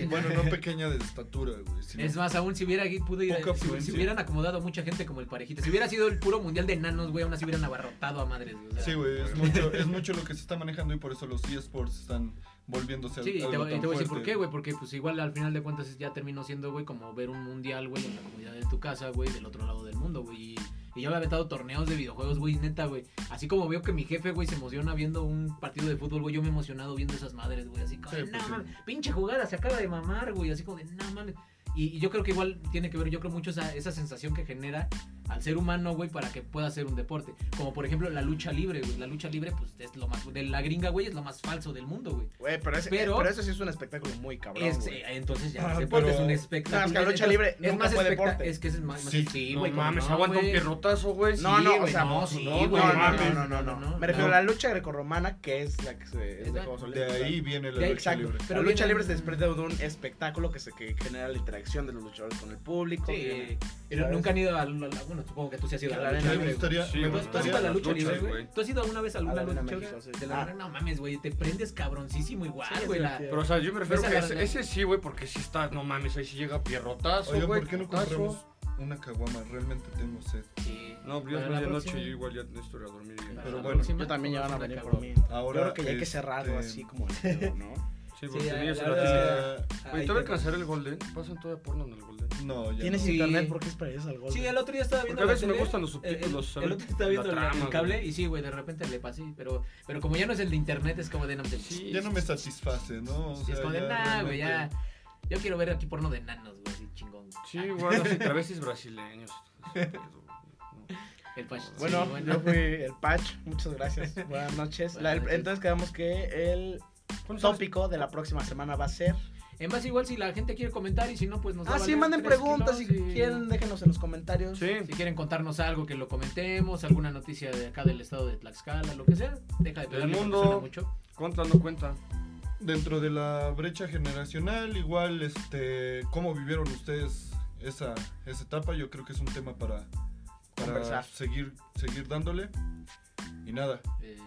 Bueno, no pequeña de estatura, güey. sino- Es más, aún si hubiera pudo ir, Poca si, si afluencia. hubieran acomodado a mucha gente como el parejita. Si hubiera sido el puro mundial de enanos, güey, aún así hubieran abarrotado a madres, güey. o sea. Sí, güey, es mucho, es mucho lo que se está manejando y por eso los eSports están volviéndose Sí, y te, algo y te voy tan a decir fuerte. por qué, güey, porque pues igual al final de cuentas ya terminó siendo, güey, como ver un mundial, güey, en la comunidad de tu casa, güey, del otro lado del mundo, güey. Y, y yo me he aventado torneos de videojuegos, güey, neta, güey. Así como veo que mi jefe, güey, se emociona viendo un partido de fútbol, güey, yo me he emocionado viendo esas madres, güey, así como, Sí, de, pues, no, sí. mames, pinche jugada, se acaba de mamar, güey, así como de, no mames. Y, y yo creo que igual tiene que ver, yo creo mucho esa, esa sensación que genera al ser humano, güey, para que pueda hacer un deporte. Como por ejemplo la lucha libre, güey. La lucha libre, pues es lo más, de la gringa, güey, es lo más falso del mundo, güey. Güey, pero, ese- Pero- este pero eso sí es un espectáculo muy cabrón. Es- güey. entonces ya Ah, no se puede, pero- es un espectáculo. No, es que la lucha Entonces, libre es nunca más fue especta- deporte. Es que es más, más- Sí, sí, no güey. como mames, no, aguanta un güey. pierrotazo, güey. No, sí, no, o güey, sea, no, sí, no, güey, güey, no, no, mames. no, no, no, no, Me refiero no. a la lucha grecorromana, que es la que se es Es de la- Juegos De Olímpicos. ahí viene la De- lucha exacto. libre. Pero la lucha viene- libre se desprende de un espectáculo que se que genera la interacción de los luchadores con el público. Sí. viene- Pero nunca han ido a la, la- bueno, supongo que tú sí has ido a la Claro, lucha me Me libre. güey. gustaría, Sí, me güey. ¿Tú has ido a gustaría la lucha Luchas, libre, güey? güey. ¿Tú has ido alguna vez a la alguna Arena lucha México, sí. libre? De la Ah. arena, no mames, güey, te prendes cabroncísimo Sí, igual, es güey. la- divertido. Pero, o sea, yo me refiero Esa que la ese, verdad. ese sí, güey, porque sí está, no mames, ahí sí llega pierrotazo, Oigan, güey. ¿por qué no putazo. compramos una caguama? Realmente tengo sed. Sí. No, Para Dios, la medianoche, próxima- yo igual ya necesito ir a dormir. y- para pero la bueno, próxima, Yo también ya van a tomas una venir por caguama. mí. Ahora, Yo creo que ya hay que este, cerrarlo así como el pedo, ¿no? Sí, porque Sí, tenía la esa verdad noticia. eh, Güey, Ahí te voy a te- cancelar el Golden. Pasan todavía porno en el Golden. no, ya Tienes no. Sí. internet porque es para eso al gol. Sí, güey? el otro día estaba viendo Porque a la veces me tele, gustan los el- el- subtítulos, El, ¿sabes? otro día estaba La viendo la- trama, el cable güey. y sí, güey, de repente le pasé, pero pero como ya no es el de internet, es como de no me- Sí. Ya no me satisface, ¿no? O Sí, es sea, como de, ya nah, güey, ya. realmente- Yo quiero ver aquí porno de nanos, güey, así chingón. Sí, güey, los travestis brasileños. Ese pedo, güey. No. El pash. Bueno, sí, yo fui el Patch. Muchas gracias. Buenas noches. La- Buenas noches. Entonces quedamos que el Pues ¿Cuándo sales? tópico de la próxima semana va a ser. En base, igual, si la gente quiere comentar y si no, pues nos va a Ah, sí, valer manden tres preguntas. Si kilos y- quieren, déjenos en los comentarios. Sí. Si quieren contarnos algo que lo comentemos, alguna noticia de acá del estado de Tlaxcala, lo que sea, deja de pegarle porque mundo. suena mucho. Contra no cuenta. Dentro de la brecha generacional, igual, este, ¿cómo vivieron ustedes esa, esa etapa? Yo creo que es un tema para, para Conversar. seguir, seguir dándole. Y nada, Eh, pues,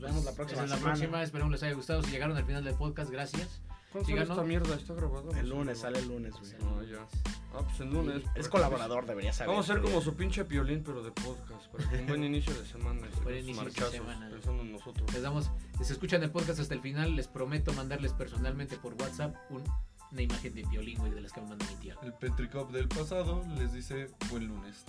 Nos vemos la próxima en la semana. próxima, esperemos les haya gustado. Si llegaron al final del podcast, gracias. ¿Cuándo Sí, sale ganó. esta mierda? ¿Está grabado? El lunes, sale el lunes, güey. No, ya. Ah, pues el lunes. Es colaborador, debería saber. Vamos a ser como su pinche violín, pero de podcast. Para que un buen inicio de semana. y Buen los inicio de marchazos, semana. Pensando en nosotros. Les damos, les escuchan el podcast hasta el final, les prometo mandarles personalmente por WhatsApp un- una imagen de violín, güey, de las que me manda mi tía. el Petricop del pasado les dice buen lunes.